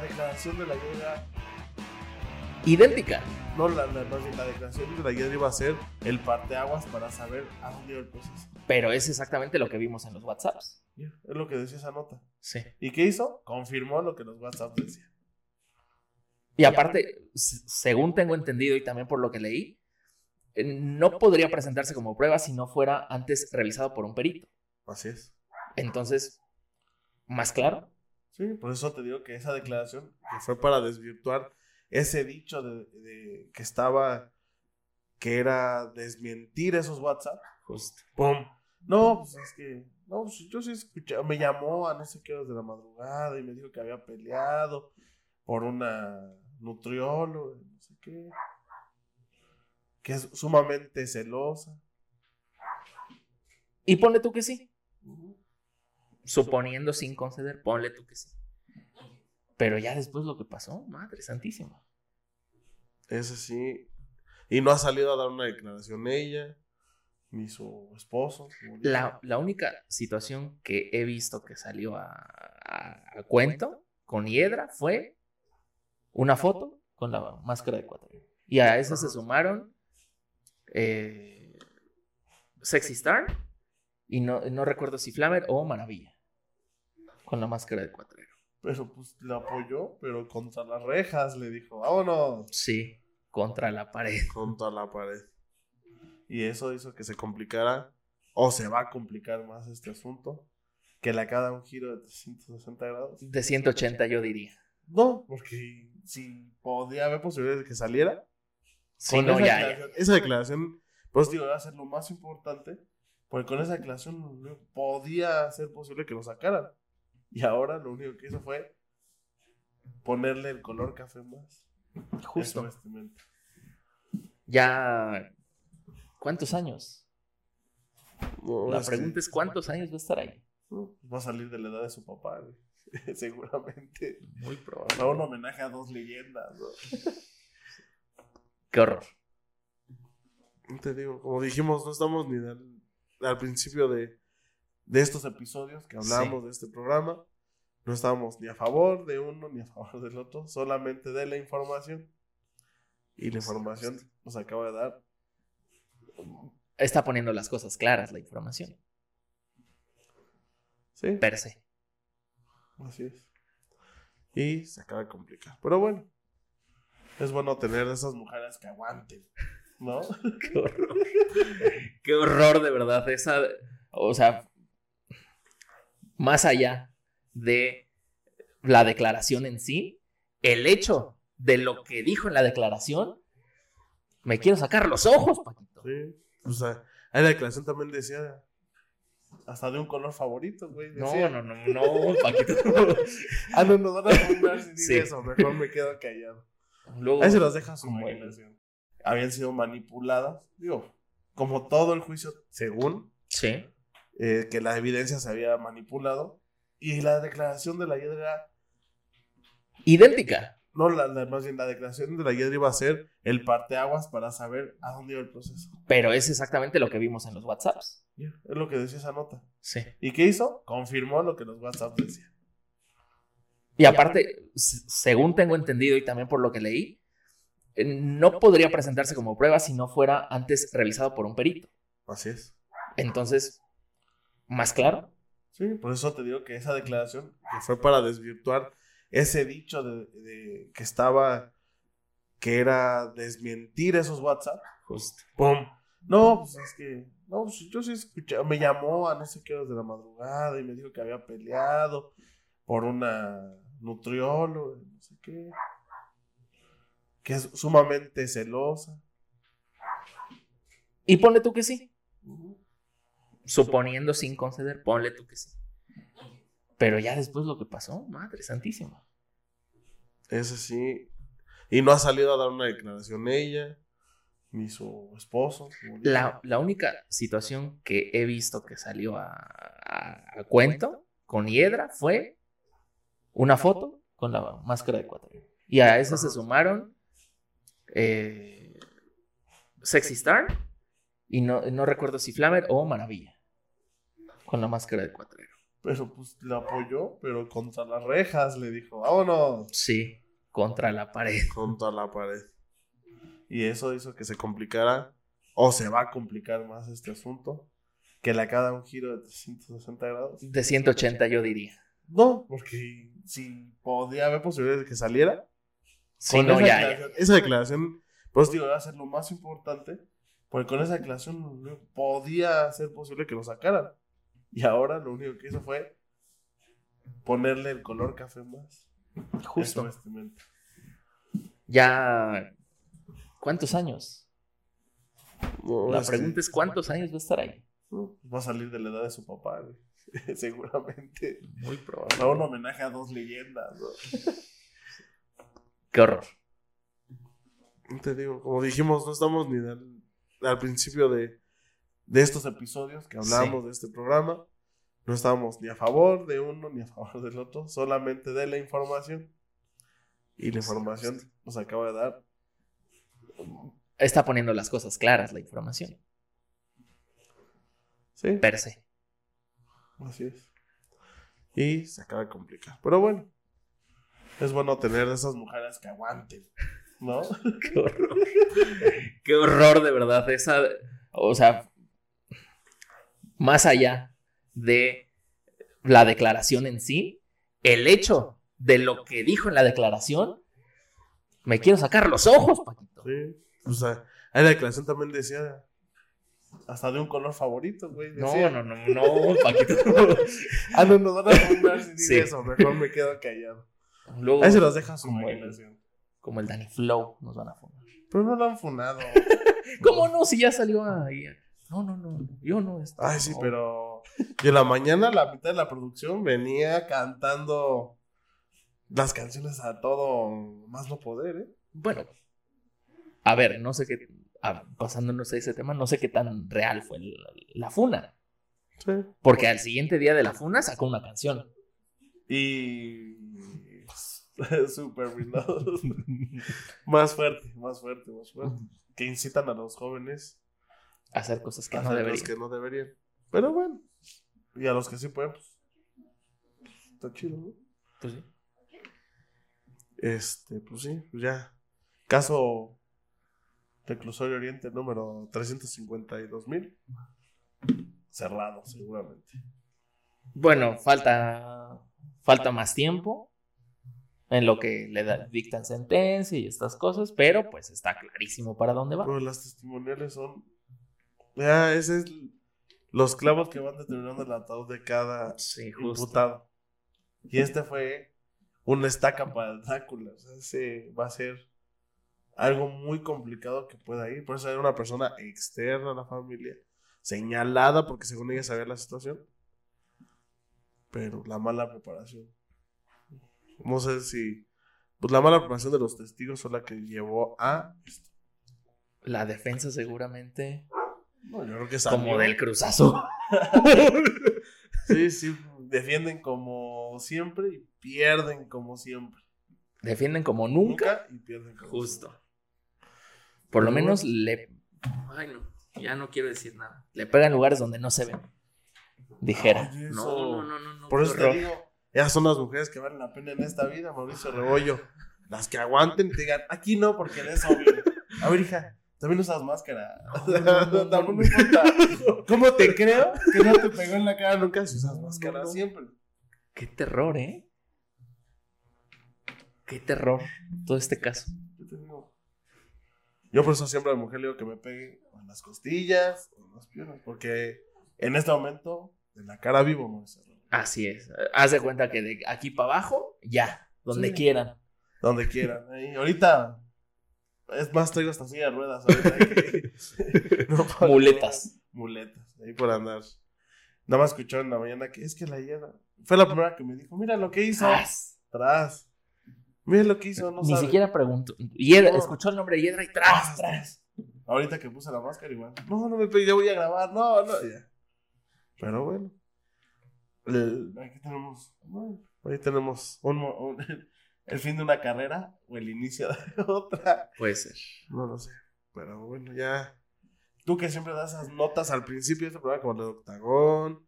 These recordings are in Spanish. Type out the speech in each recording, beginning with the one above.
declaración de la guerra Idéntica. No, la, la- más bien, la declaración de la guerra iba a ser el parteaguas para saber a dónde iba el proceso. Pero es exactamente lo que vimos en los WhatsApps. Es lo que decía esa nota. Sí. ¿Y qué hizo? Confirmó lo que los WhatsApp decían. Y aparte, se- según tengo entendido y también por lo que leí, eh, no podría presentarse como prueba si no fuera antes revisado por un perito. Así es. Entonces, más claro, Sí, por eso te digo que esa declaración que fue para desvirtuar ese dicho de, de- que estaba, que era desmentir esos WhatsApp. justo. ¡Pum! No, pues es que, no, pues yo sí escuché, me llamó a no sé qué horas de la madrugada y me dijo que había peleado por una nutrióloga, no sé qué, que es sumamente celosa. Y ponle tú que sí. Suponiendo sin conceder, ponle tú que sí. Pero ya después lo que pasó, madre santísima. Ese sí. Y no ha salido a dar una declaración ella, ni su esposo. su La, la única situación que he visto que salió a, a- a cuento con Hiedra fue una foto con la máscara de cuatro. Y a esa se sumaron eh, Sexy Star y no, no recuerdo si Flamer o Maravilla con la máscara de cuatro. Pero pues la apoyó, pero contra las rejas le dijo, vámonos. Sí, contra la pared. Contra la pared. Y eso hizo que se complicara, o se va a complicar más este asunto, que le acaba de un giro de 360 grados. De 180 yo diría. No, porque si podía haber posibilidades de que saliera. Si con no, esa, ya, ya. declaración, esa declaración, pues digo, va a ser lo más importante, porque con esa declaración no podía ser posible que lo sacaran. Y ahora lo único que hizo fue ponerle el color café más. Justo. en su vestimenta. Ya. ¿Cuántos años? No, La es pregunta que- es: ¿cuántos años va a estar ahí? no, pues va a salir de la edad de su papá, güey. seguramente. Muy probable. Va a un homenaje a dos leyendas, ¿no? Qué horror. Te digo, como dijimos, no estamos ni al, al principio de, de estos episodios que hablábamos de este programa. No estábamos ni a favor de uno ni a favor del otro, solamente de la información. Y la información nos acaba de dar. Está poniendo las cosas claras la información, Sí, per se. así es. Y se acaba de complicar. Pero bueno, es bueno tener esas mujeres que aguanten, ¿no? Qué horror. Qué horror, de verdad. Esa. O sea. Más allá de la declaración en sí, el hecho de lo que dijo en la declaración, me quiero sacar los ojos, Paquito. Sí. O sea, ahí la declaración también decía hasta de un color favorito, güey. No, decía. no, no, no, Paquito. no. Ah, no, nos van a poner si digo Sí. eso. Mejor me quedo callado. Luego, Ahí se los deja a su Bueno. imaginación. Habían sido manipuladas. Digo, como todo el juicio, según Sí. eh, que la evidencia se había manipulado. Y la declaración de la hiedra era- Idéntica. No, la, la- más bien, la declaración de la hiedra iba a ser el parteaguas para saber a dónde iba el proceso. Pero es exactamente lo que vimos en los WhatsApps. Es lo que decía esa nota. Sí. ¿Y qué hizo? Confirmó lo que los WhatsApp decían. Y aparte, se- según tengo entendido y también por lo que leí, eh, no podría presentarse como prueba si no fuera antes revisado por un perito. Así es. Entonces, más claro, Sí, por eso te digo que esa declaración que fue para desvirtuar ese dicho de, de- que estaba, que era desmentir esos WhatsApp. justo. ¡Pum! No, pues es que, no, pues yo sí escuché, me llamó a no sé qué horas de la madrugada y me dijo que había peleado por una nutrióloga, no sé qué, que es sumamente celosa. Y ponle tú que sí. Suponiendo sin conceder, ponle tú que sí. Pero ya después lo que pasó, madre santísima. Ese sí. Y no ha salido a dar una declaración ella, ni su esposo. su- La, la única situación que he visto que salió a, a- a cuento con Hiedra fue una foto con la máscara de cuatro. Y a esa se sumaron eh, Sexy Star y no, no recuerdo si Flamer o Maravilla con la máscara de cuatro. Pero pues la apoyó, pero contra las rejas le dijo, vámonos. Sí, contra la pared. contra la pared. Y eso hizo que se complicara, o se va a complicar más este asunto, que le acaba un giro de 360 grados. De 180 yo diría. No, porque si podía haber posibilidades de que saliera. Si con no, esa, ya, ya. declaración, esa declaración, pues digo, va a ser lo más importante, porque con esa declaración no podía ser posible que lo sacaran. Y ahora lo único que hizo fue ponerle el color café más. a su Justo. vestimenta. Ya. ¿Cuántos años? No, La es pregunta que- es: ¿cuántos años va a estar ahí? no, pues, va a salir de la edad de su papá, güey. seguramente. O sea, Muy un probable. homenaje a dos leyendas, ¿no? Qué horror. Te digo, como dijimos, no estamos ni al, al principio de, de estos episodios que hablábamos de este programa. No estábamos ni a favor de uno ni a favor del otro, solamente de la información. Y la información nos acaba de dar. Está poniendo las cosas claras la información, Sí, per se. así es. Y se acaba de complicar. Pero bueno, es bueno tener de esas mujeres que aguanten, ¿no? Qué horror. Qué horror, de verdad. Esa, o sea, más allá de la declaración en sí, el hecho de lo que dijo en la declaración, me quiero sacar los ojos, Paquito. Sí. O sea, ahí la declaración también decía hasta de un color favorito, güey. No, decía. no, no, no, Paquito. Ah, no, nos van a poner si digo Sí. eso. Mejor me quedo callado. Luego, Ahí se los deja a su Como imaginación. como el Danny Flow, nos van a fumar. Pero no lo han funado. ¿Cómo no? Si ya salió ahí. No, no, no, yo no. esto Ay, sí, no. pero. Yo la mañana, la mitad de la producción, venía cantando las canciones a todo más no poder, ¿eh? Bueno, a ver, no sé qué, a- pasándonos a ese tema, no sé qué tan real fue el- la funa. Sí. Porque al siguiente día de la funa sacó una canción. Y. Super Windows. más fuerte, más fuerte, más fuerte. Que incitan a los jóvenes Hacer cosas que a no hacer debería. cosas que no deberían. Pero bueno. Y a los que sí pueden, pues. Está chido, ¿no? Pues sí. Este, pues sí, pues ya. Caso Reclusorio Oriente número 352 mil. Cerrado, seguramente. Bueno, falta, falta más tiempo en lo que le da- dictan sentencia y estas cosas, pero pues está clarísimo para dónde va. Pero las testimoniales son. Ya, ese es los clavos que van determinando el ataúd de cada Sí, justo. imputado. Y este fue una estaca para Drácula. O sea, ese va a ser algo muy complicado que pueda ir. Por eso era una persona externa a la familia, señalada porque según ella sabía la situación. Pero la mala preparación. No sé si. Pues la mala preparación de los testigos fue la que llevó a. La defensa seguramente No, yo creo que salió. como del cruzazo. Sí, sí. Defienden como siempre y pierden como siempre. Defienden como nunca Nunca y pierden como Justo. Por lo Pero menos le. Ay, no. Ya no quiero decir nada. Le pegan lugares donde no se ven. Dijera. Oye, No, eso- no, no, no. Por qué eso te horror. digo, ellas son las mujeres que valen la pena en esta vida, Mauricio Rebollo. Las que aguanten y te digan, aquí no, porque eres obvio. A ver, hija, también usas máscara. No, no, no, no. Tampoco importa. ¿Cómo te creo que no te pegó en la cara nunca si usas No, máscara no, no. siempre? Qué terror, ¿eh? Qué terror. Todo este caso. Yo te digo. Yo por eso siempre a la mujer le digo que me pegue o en las costillas o en las piernas, porque en este momento, en la cara vivo, Mauricio Rebollo. Así es. Haz de cuenta que de aquí para abajo, ya. Donde Sí. quieran. Donde quieran. ahí. ahorita. Es más, traigo hasta silla de ruedas. ahorita que- no, para- Muletas. Muletas. Ahí por andar. Nada más escuchó en la mañana que es que la llena. Fue la primera que me dijo: Mira lo que hizo. ¡Tras! Atrás. Mira lo que hizo. No Ah, Ni sabe. siquiera preguntó. Hiedra- No. Escuchó el nombre de Hiedra y tras, tras. Ah, Ahorita que puse la máscara, igual. No, no me pegué, ya voy a grabar. No, no, ya. Pero bueno. El- aquí tenemos. bueno, ahí tenemos un mo- un- el fin de una carrera o el inicio de otra. Puede ser. No lo sé. Pero bueno, ya. Tú que siempre das esas notas al principio de este programa, como el de Octagón.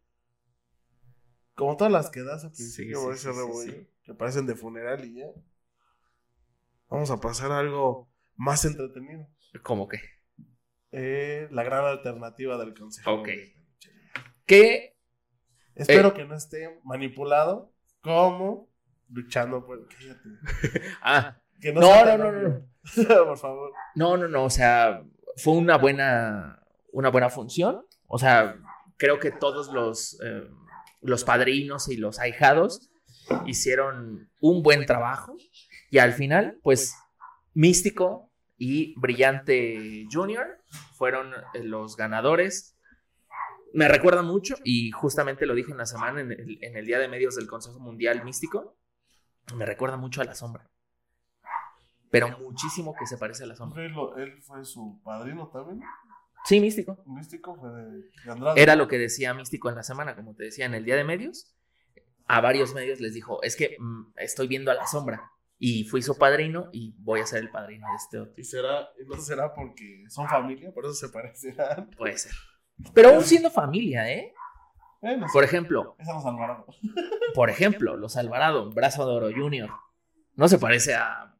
Como todas las que das al Sí, principio, sí, Mauricio sí, sí, Rebollo, sí. Que parecen de funeral y ya. Vamos a pasar a algo más entretenido. ¿Cómo que? Eh, la gran alternativa del consejo. Ok. Eh. ¿Qué? Espero que no esté manipulado como luchando por... Cállate. Ah, Que No, sea tan no, no, no. obvio. por favor. no, no, no, o sea, fue una buena, una buena función. O sea, creo que todos los, eh, los padrinos y los ahijados hicieron un buen trabajo. Y al final, pues, Místico y Brillante Junior fueron eh, los ganadores. Me recuerda mucho, y justamente lo dije en la semana, en el, en el Día de Medios del Consejo Mundial Místico, me recuerda mucho a La Sombra. Pero muchísimo que se parece a La Sombra. Él, lo- él fue su padrino también. Sí, Místico. Místico fue de, de Andrade. Era lo que decía Místico en la semana, como te decía, en el día de medios. A varios medios les dijo, es que mm, estoy viendo a la sombra. Y fui su padrino y voy a ser el padrino de este otro. Y será, y no será porque son familia, por eso se parecerán. Puede ser. Pero aún siendo familia, ¿eh? Bueno, Por ejemplo, esa nos salvará. por ejemplo, los Alvarado, Brazo de Oro Junior. No se parece a,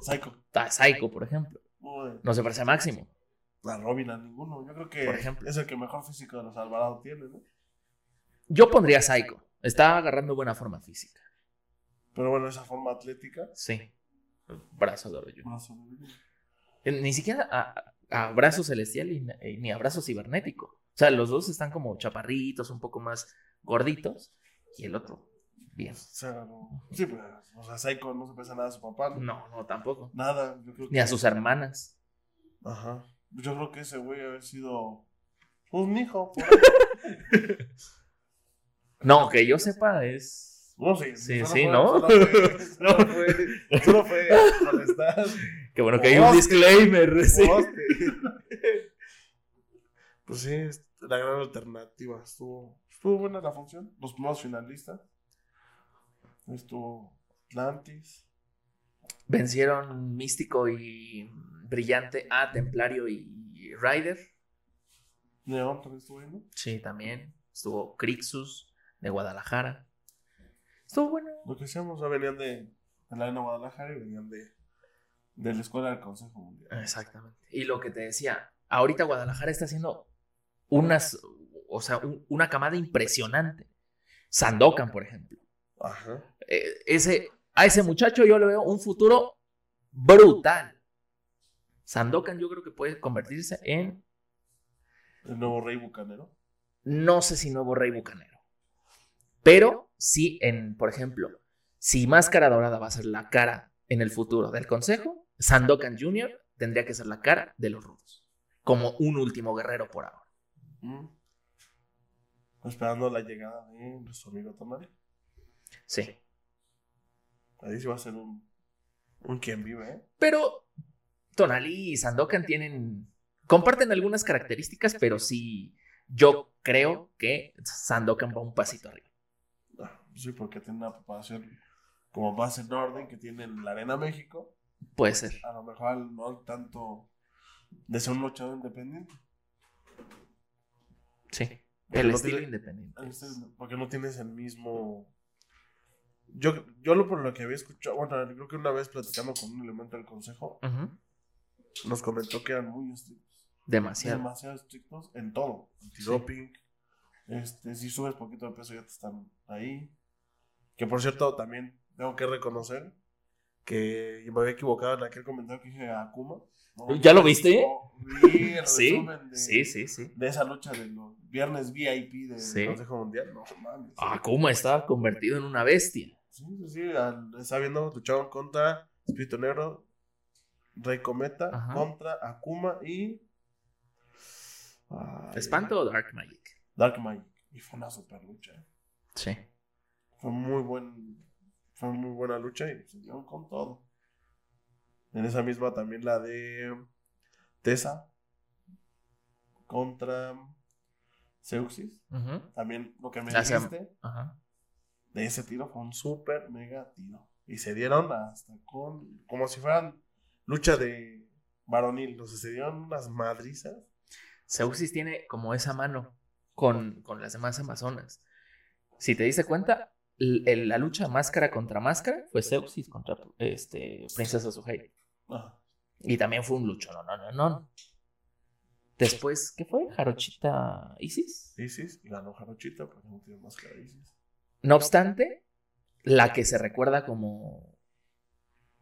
Psycho. a Psycho, por ejemplo. Uy, No se parece a Máximo. A Robin, a ninguno. Yo creo que Por ejemplo. es el que mejor físico de los Alvarado tiene, ¿no? Yo pondría a Psycho. Está agarrando buena forma física. Pero bueno, esa forma atlética. Sí. Brazo de Oro Junior. no se me olvida. Eh, Ni siquiera a, a abrazo celestial y, na- eh, ni abrazo cibernético. O sea, los dos están como chaparritos, un poco más gorditos. Y el otro, bien. O sea, no- Sí, pues, o sea, Psycho no se parece nada a su papá. ¿no? No, no, tampoco. Nada, yo creo Ni que- a sus hermanas. Ajá. Yo creo que ese güey haber sido un hijo. por- No, que yo sepa es... No sé. Sí, solo sí, fue- ¿no? Solo fue, solo fue, solo fue a molestar. Que bueno, que hay un disclaimer. sí. Oh. Poste. Pues sí, es la gran alternativa. Estuvo, estuvo buena la función. Los primeros finalistas. Estuvo Atlantis. Vencieron Místico y Brillante a Templario y Ryder. Neon también estuvo ahí, ¿no? Sí, también. Estuvo Crixus de Guadalajara. Estuvo bueno. Lo que decíamos, ya venían de, de la Arena Guadalajara y venían de, de la Escuela del Consejo Mundial. Exactamente. Y lo que te decía, ahorita Guadalajara está haciendo unas, o sea, un- una camada impresionante. Sandokan, por ejemplo. Ajá. Eh, ese, a ese muchacho yo le veo un futuro brutal. Sandokan yo creo que puede convertirse en, El nuevo rey bucanero. no sé si nuevo rey bucanero, pero sí en, por ejemplo, si Máscara Dorada va a ser la cara en el futuro del Consejo, Sandokan Jr. tendría que ser la cara de los rudos, como un último guerrero por ahora. Mm. Esperando la llegada de nuestro amigo Tamari. Sí. Ahí sí va a ser un, un quien vive, ¿eh? Pero Tonali y Sandokan tienen. comparten algunas características, pero sí. Yo creo que Sandokan va un pasito arriba. Ah, Sí, porque tiene una preparación como base en orden que tiene en la Arena México. Puede ser. A lo mejor al no tanto de ser un luchador independiente. Sí. Porque El no estilo tiene- independiente. Porque no tienes el mismo. Yo, yo lo por lo que había escuchado, bueno, creo que una vez platicando con un elemento del consejo, Ujú. nos comentó que eran muy estrictos. Demasiado. Demasiado estrictos en todo. Antidoping. Este, si subes poquito de peso ya te están ahí. Que por cierto, también tengo que reconocer que me había equivocado en aquel comentario que dije a Akuma. No, ¿Ya lo viste? no, vi el Sí, resumen de, sí, sí, sí. de esa lucha de los viernes VIP del Sí. Consejo Mundial. No mames. Pues, Akuma Ah, estaba convertido en una bestia. Sí, sí, sí, al- está viendo, lucharon contra Espíritu Negro, Rey Cometa, Ajá. contra Akuma y. Ay, ¿Espanto o Dark Magic? Dark Magic. Y fue una super lucha. ¿eh? Sí. Fue muy buen. Fue muy buena lucha y se dieron con todo. En esa misma también la de Tessa contra Seuxis. Ujú. También lo que me Gracias. dijiste Ajá. de ese tiro fue un súper mega tiro. Y se dieron hasta con. como si fueran lucha de varonil. O sea, se dieron unas madrizas. Zeusis tiene como esa mano con, con las demás amazonas. Si te diste cuenta, l- el- la lucha máscara contra máscara fue Zeuxis contra este, Princesa Suhei. Ajá. Y también fue un lucho, no, no, no, no. Después, ¿qué fue? Jarochita Isis. Isis y ganó Jarochita porque no tiene máscara de Isis. No obstante, la que se recuerda como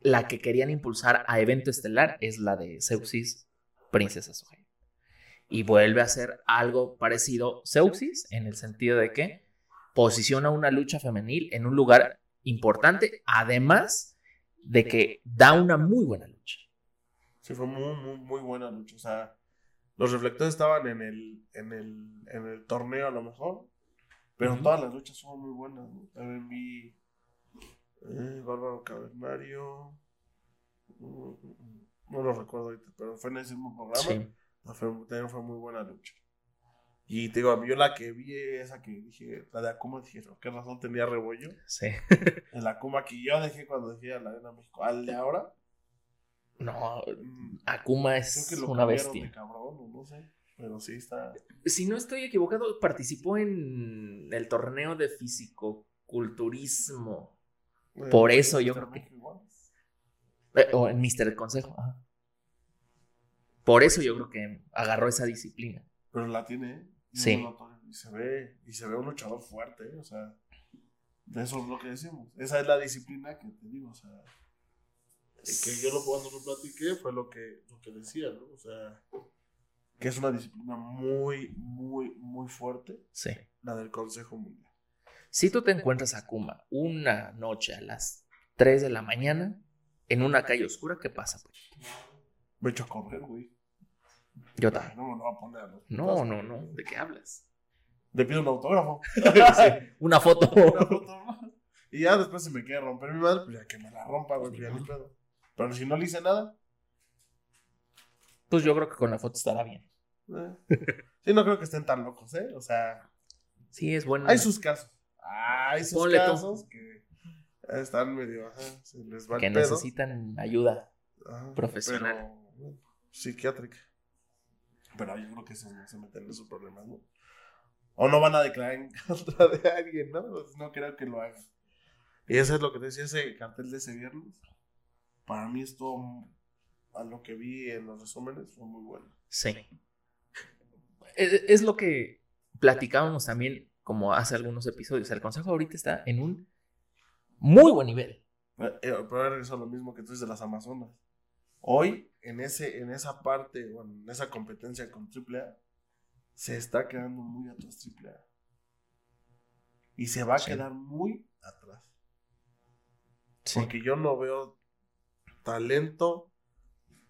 la que querían impulsar a evento estelar es la de Zeuxis, Princesa Sohei. Y vuelve a hacer algo parecido Zeuxis en el sentido de que posiciona una lucha femenil en un lugar importante, además de que da una muy buena lucha. Sí, fue muy, muy, muy buena lucha. O sea, los reflectores estaban en el, en el, en el torneo a lo mejor, pero Ujú. todas las luchas fueron muy buenas. ¿no? También vi eh, Bárbaro Cavernario. mm, No lo recuerdo ahorita, pero fue en ese mismo programa. Sí. No, fue- también fue muy buena lucha. Y te digo, a mí yo la que vi, esa que dije, la de Akuma, dije, "No, ¿qué razón tenía Rebollo? Sí. El Akuma que yo dejé cuando dejé a la Arena México, al de ahora. No, mm, Akuma Creo es que lo una cambiaron bestia. de cabrón, o no sé. Pero sí está. si no estoy equivocado, participó en el torneo de fisicoculturismo. Por eso yo creo que- Eh, o en Mister Consejo. ajá. Por eso yo creo que agarró esa disciplina. Pero la tiene, ¿eh? Y es Sí. muy notorio, Y se ve, y se ve un luchador fuerte, ¿eh? O sea. De eso es lo que decimos. Esa es la disciplina que te digo, o sea. eh, Que yo lo cuando lo platiqué fue lo que, lo que decía, ¿no? O sea. Que es una disciplina muy, muy, muy fuerte, Sí. la del Consejo Mundial. Si tú te encuentras a Kuma una noche a las 3 de la mañana en una calle oscura, ¿qué pasa? pues? Me echó a correr, güey. Yo también. No me lo va a poner. ¿no? No, no, no. ¿De qué hablas? Le pido un autógrafo. Una foto. una foto más. Y ya después si me quiere romper mi madre, pues ya que me la rompa, güey, pues ya ni pedo. Pero si no le hice nada, Pues yo creo que con la foto estará bien. eh. sí, no creo que estén tan locos, ¿eh? O sea, Sí, es bueno. hay sus casos. Hay sus Ponle tú. casos que están medio, ajá, se les va el Que pedo. necesitan ayuda. Ajá, profesional. Ah, Pero, bueno, psiquiátrica. Pero yo creo que se, se meten en esos problemas, ¿no? O no van a declarar en contra de alguien, ¿no? Pues no creo que lo hagan. Y eso es lo que te decía ese cartel de ese viernes. Para mí esto, a lo que vi en los resúmenes, fue muy bueno. Sí. Es, es lo que platicábamos también, como hace algunos episodios. El consejo ahorita está en un muy buen nivel. Eh, eh, Pero ahora regreso a lo mismo que tú dices de las Amazonas. Hoy, en, ese, en esa parte, bueno, en esa competencia con AAA, se está quedando muy atrás AAA. Y se va a Sí. quedar muy atrás. Porque yo no veo talento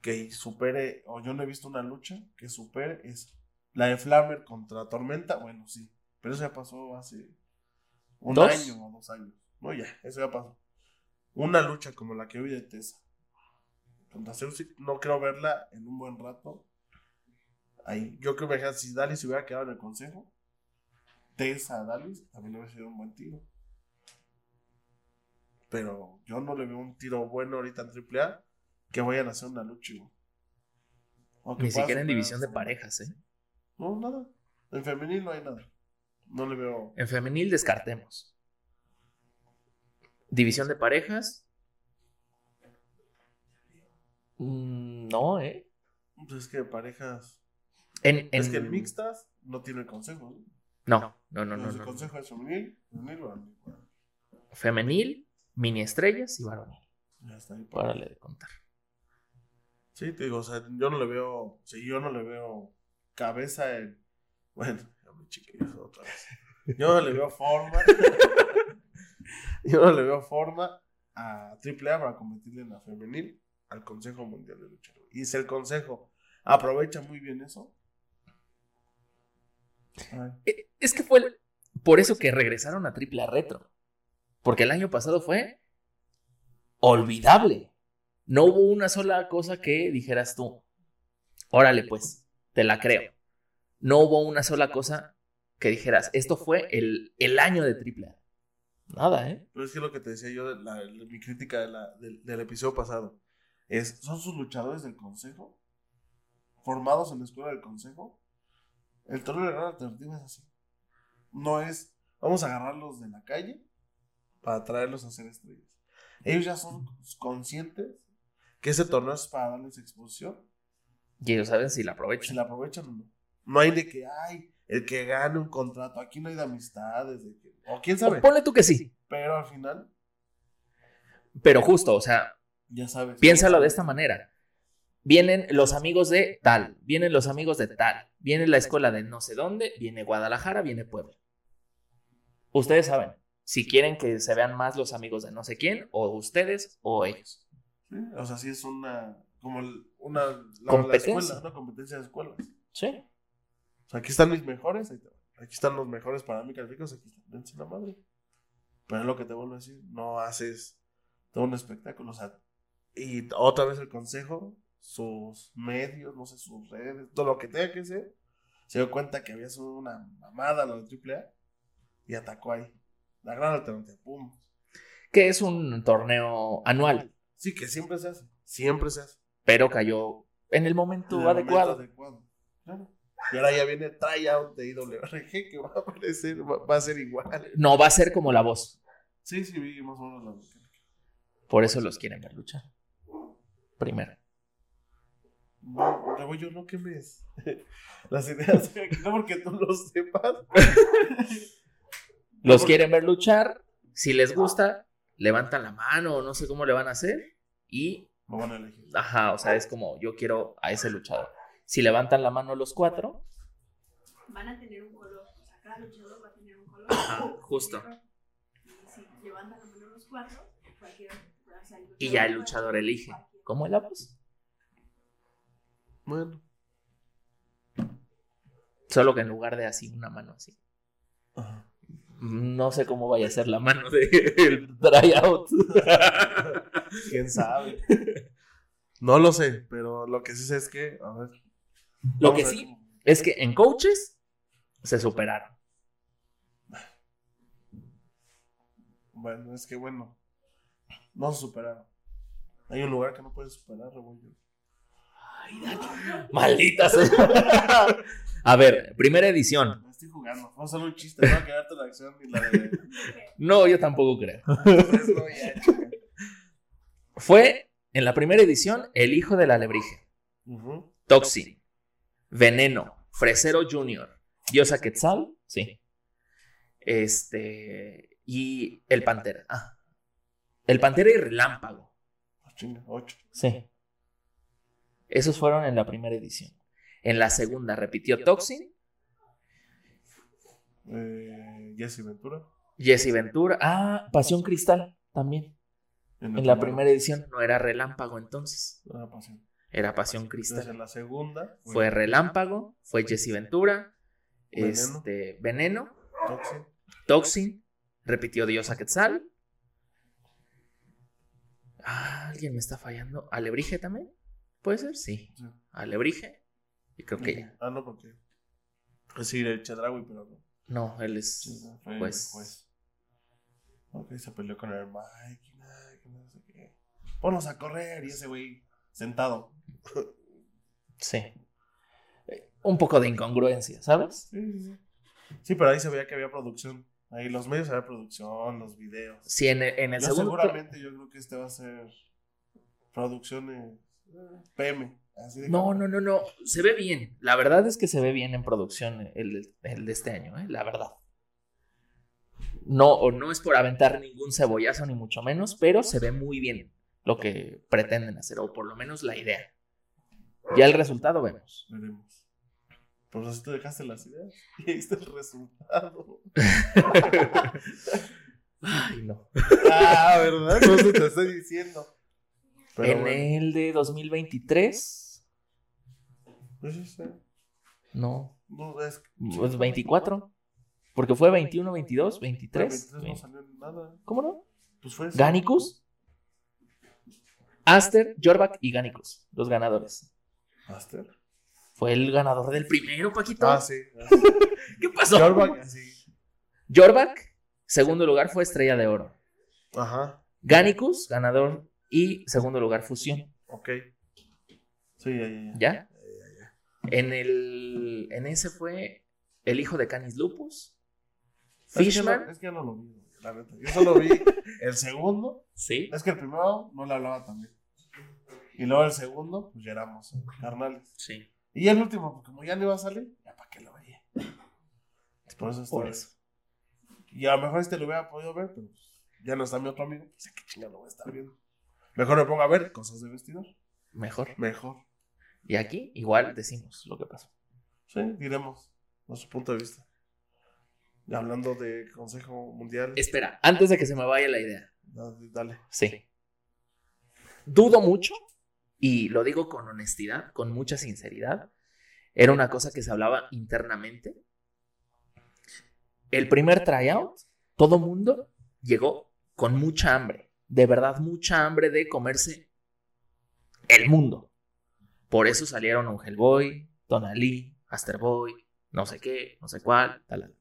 que supere, o yo no he visto una lucha que supere eso. La de Flammer contra Tormenta, bueno, sí. Pero eso ya pasó hace un ¿Dos? año o dos años. No, ya, eso ya pasó. Una lucha como la que hoy de Tessa contra Zeus, no creo verla en un buen rato. Ahí, yo creo que si Dalis se hubiera quedado en el consejo, Tessa a Dalis también hubiera sido un buen tiro. Pero yo no le veo un tiro bueno ahorita en AAA que vayan a hacer una lucha. güey. O que Ni pueda siquiera superar en división a de su- parejas, ¿eh? No, nada. En femenil no hay nada. No le veo. En femenil descartemos. División de parejas. Mm, No, ¿eh? Pues es que parejas. En, Es en- que en mixtas no tiene consejo. ¿no? No, no, no, no. Entonces, no. el consejo es femenil, femenil, varonil, bueno, Femenil, mini estrellas y varonil. Ya está ahí. para- Párale de contar. Sí, te digo, o sea, yo no le veo, sí, yo no le veo cabeza en, bueno, ya me chiqué eso otra vez. Yo no le veo forma, yo no le veo forma a AAA para competirle en la femenil al Consejo Mundial de Lucha Libre. Y si el Consejo aprovecha muy bien eso, ay, Eh, Es que fue el- por eso que regresaron a Triple A Retro. Porque el año pasado fue olvidable. No hubo una sola cosa que dijeras tú. Órale, pues, te la creo. No hubo una sola cosa que dijeras, esto fue el, el año de Triple A. Nada, ¿eh? pero es que lo que te decía yo, de la- de mi crítica de la- del- del episodio pasado, es, ¿son sus luchadores del Consejo? ¿Formados en la escuela del Consejo? El torneo de gran alternativa es así. No es, vamos a agarrarlos de la calle para traerlos a ser estrellas. Ellos ya son conscientes que ese torneo es para darles exposición. Y ellos saben si Pues, la Si aprovechan. la aprovechan o no. No hay de que, ay, el que gane un contrato. Aquí no hay de amistades. de que- o quién sabe. O ponle tú que sí, Pero al final, pero justo, o sea, ya sabes. piénsalo de esta manera. Vienen los amigos de tal, vienen los amigos de tal, viene la escuela de no sé dónde, viene Guadalajara, viene Puebla. Ustedes saben si quieren que se vean más los amigos de no sé quién, o ustedes o ellos. Sí, O sea, sí es una. Como el- una. la- La, Competencia. escuela, una competencia de escuelas. Sí. O sea, aquí están mis mejores. ahí te va. Aquí están los mejores para mí, calificos. Aquí están. Dense la madre. Pero es lo que te vuelvo a decir. No haces todo un espectáculo. O sea, y otra vez el consejo, sus medios, no sé, sus redes, todo lo que tenga que ser. Se dio cuenta que había sido una mamada lo de AAA y atacó ahí. La gran alternativa, pum. Que es un torneo anual, Sí, que siempre se hace. Siempre se hace. pero cayó en el momento En el momento adecuado. adecuado. Claro. Y ahora ya viene tryout de IWRG que va a aparecer, va, va a ser igual. No va a ser como la voz. Sí, sí, vi más o menos la mecánica. Por eso los quieren ver luchar. Primero. No, luego yo no quemes las ideas, no porque tú lo sepas. Los quieren ver luchar. Si les gusta, levantan la mano o no sé cómo le van a hacer. Y, Lo van a elegir. ajá, o sea, es como yo quiero a ese luchador. Si levantan la mano los cuatro, Van a tener un color. O sea, cada luchador va a tener un color. Ajá, justo. Y si levantan la mano los cuatro, cualquier. o sea, el y ya el luchador elige. ¿Cómo es la voz? Bueno. Solo que en lugar de así, una mano así. Ajá. No sé cómo vaya a ser la mano del tryout. ¿Quién sabe? No lo sé, pero lo que sí sé es que, a ver. Lo vamos que a ver sí cómo- es que en coaches se superaron. Bueno, es que bueno. No se superaron. Hay un lugar que no puedes superar, Rebollo. Maldita sea. A ver, primera edición. No estoy jugando. Vamos a hacer un chiste. No va a quedarte la acción ni la de. No, yo tampoco creo. Pues no, ya, chica. Fue en la primera edición el hijo del alebrije, Ujú. Toxin, Veneno, Fresero Jr., Diosa Quetzal, sí. Este. Y el Pantera. Ah. El Pantera y Relámpago, Ah, Chinga, ocho. sí. Esos fueron en la primera edición. En la segunda repitió Toxin, Eh, Jesse Ventura. Jesse Ventura. Ah, Pasión Cristal también. En la primera edición no era Relámpago entonces, Ah, pasión. era Pasión Cristal. Entonces, en la segunda. Fue Relámpago, fue Jesse Ventura, Veneno. este, Veneno, Toxin. Toxin, repitió Diosa Quetzal. Ah, alguien me está fallando. ¿Alebrije también? ¿Puede ser? Sí. Sí. ¿Alebrije? Y creo que ya. Ah, no, porque. Pues sí, el Chedraui, pero no. No, él es. Chedraui fue el Pues- juez. Ok, se peleó con el máquina, que no sé qué. Ponlos a correr y ese güey sentado. Sí. Eh, Un poco de incongruencia, ¿sabes? Sí, sí, sí. Sí, pero ahí se veía que había producción. Ahí los medios había producción, los videos. Sí, en el, en el Yo segundo. seguramente yo creo que este va a ser producciones eh, PM. Así de No, no, no, no. Se ve bien. La verdad es que se ve bien en producción el, el de este año, ¿eh? la verdad. No, o no es por aventar ningún cebollazo, ni mucho menos, pero se ve muy bien lo que pretenden hacer, o por lo menos la idea. Ya el resultado vemos. Veremos. Pero así te dejaste las ideas y ahí está el resultado. Ay, no. ah, ¿verdad? No se te estoy diciendo. Pero en bueno, el de 2023, pues, sí, sí. no, No, es que pues 24, porque fue 21, 22, para 23. 23 no salió nada. ¿Cómo no? Pues fue eso. Ganicus, Aster, Jorvac y Ganicus, los ganadores. Master. Fue el ganador del primero, Paquito. Ah, sí. ¿Qué pasó? Jorvac, así. Jorvac, segundo lugar fue Estrella de Oro. Ajá. Ganicus, ganador y segundo lugar Fusión. Ok. Sí, ya, ya, ya. ¿Ya? En el en ese fue el hijo de Canis Lupus, Es que no- Fishman, Es que ya no lo vi. la neta. Yo solo vi el segundo. Sí. Es que el primero no le hablaba también. Y luego el segundo, pues ya éramos carnales. Sí. Y el último, porque como ya no iba a salir, ya para qué lo veía. Por eso Por estoy. eso. Y a lo mejor este lo hubiera podido ver, pero pues, ya no está mi otro amigo. Pues qué chingado lo voy a estar viendo. Mejor me pongo a ver cosas de vestidor. Mejor. Mejor. Y aquí igual decimos lo que pasó. Sí, diremos nuestro punto de vista. Y hablando de Consejo Mundial, Espera, antes de que se me vaya la idea. da- dale. Sí. Dudo mucho, y lo digo con honestidad, con mucha sinceridad, era una cosa que se hablaba internamente. El primer tryout, todo mundo llegó con mucha hambre, de verdad mucha hambre de comerse el mundo. Por eso salieron un Hellboy, Tonali, Asterboy, no sé qué, no sé cuál, tal, tal.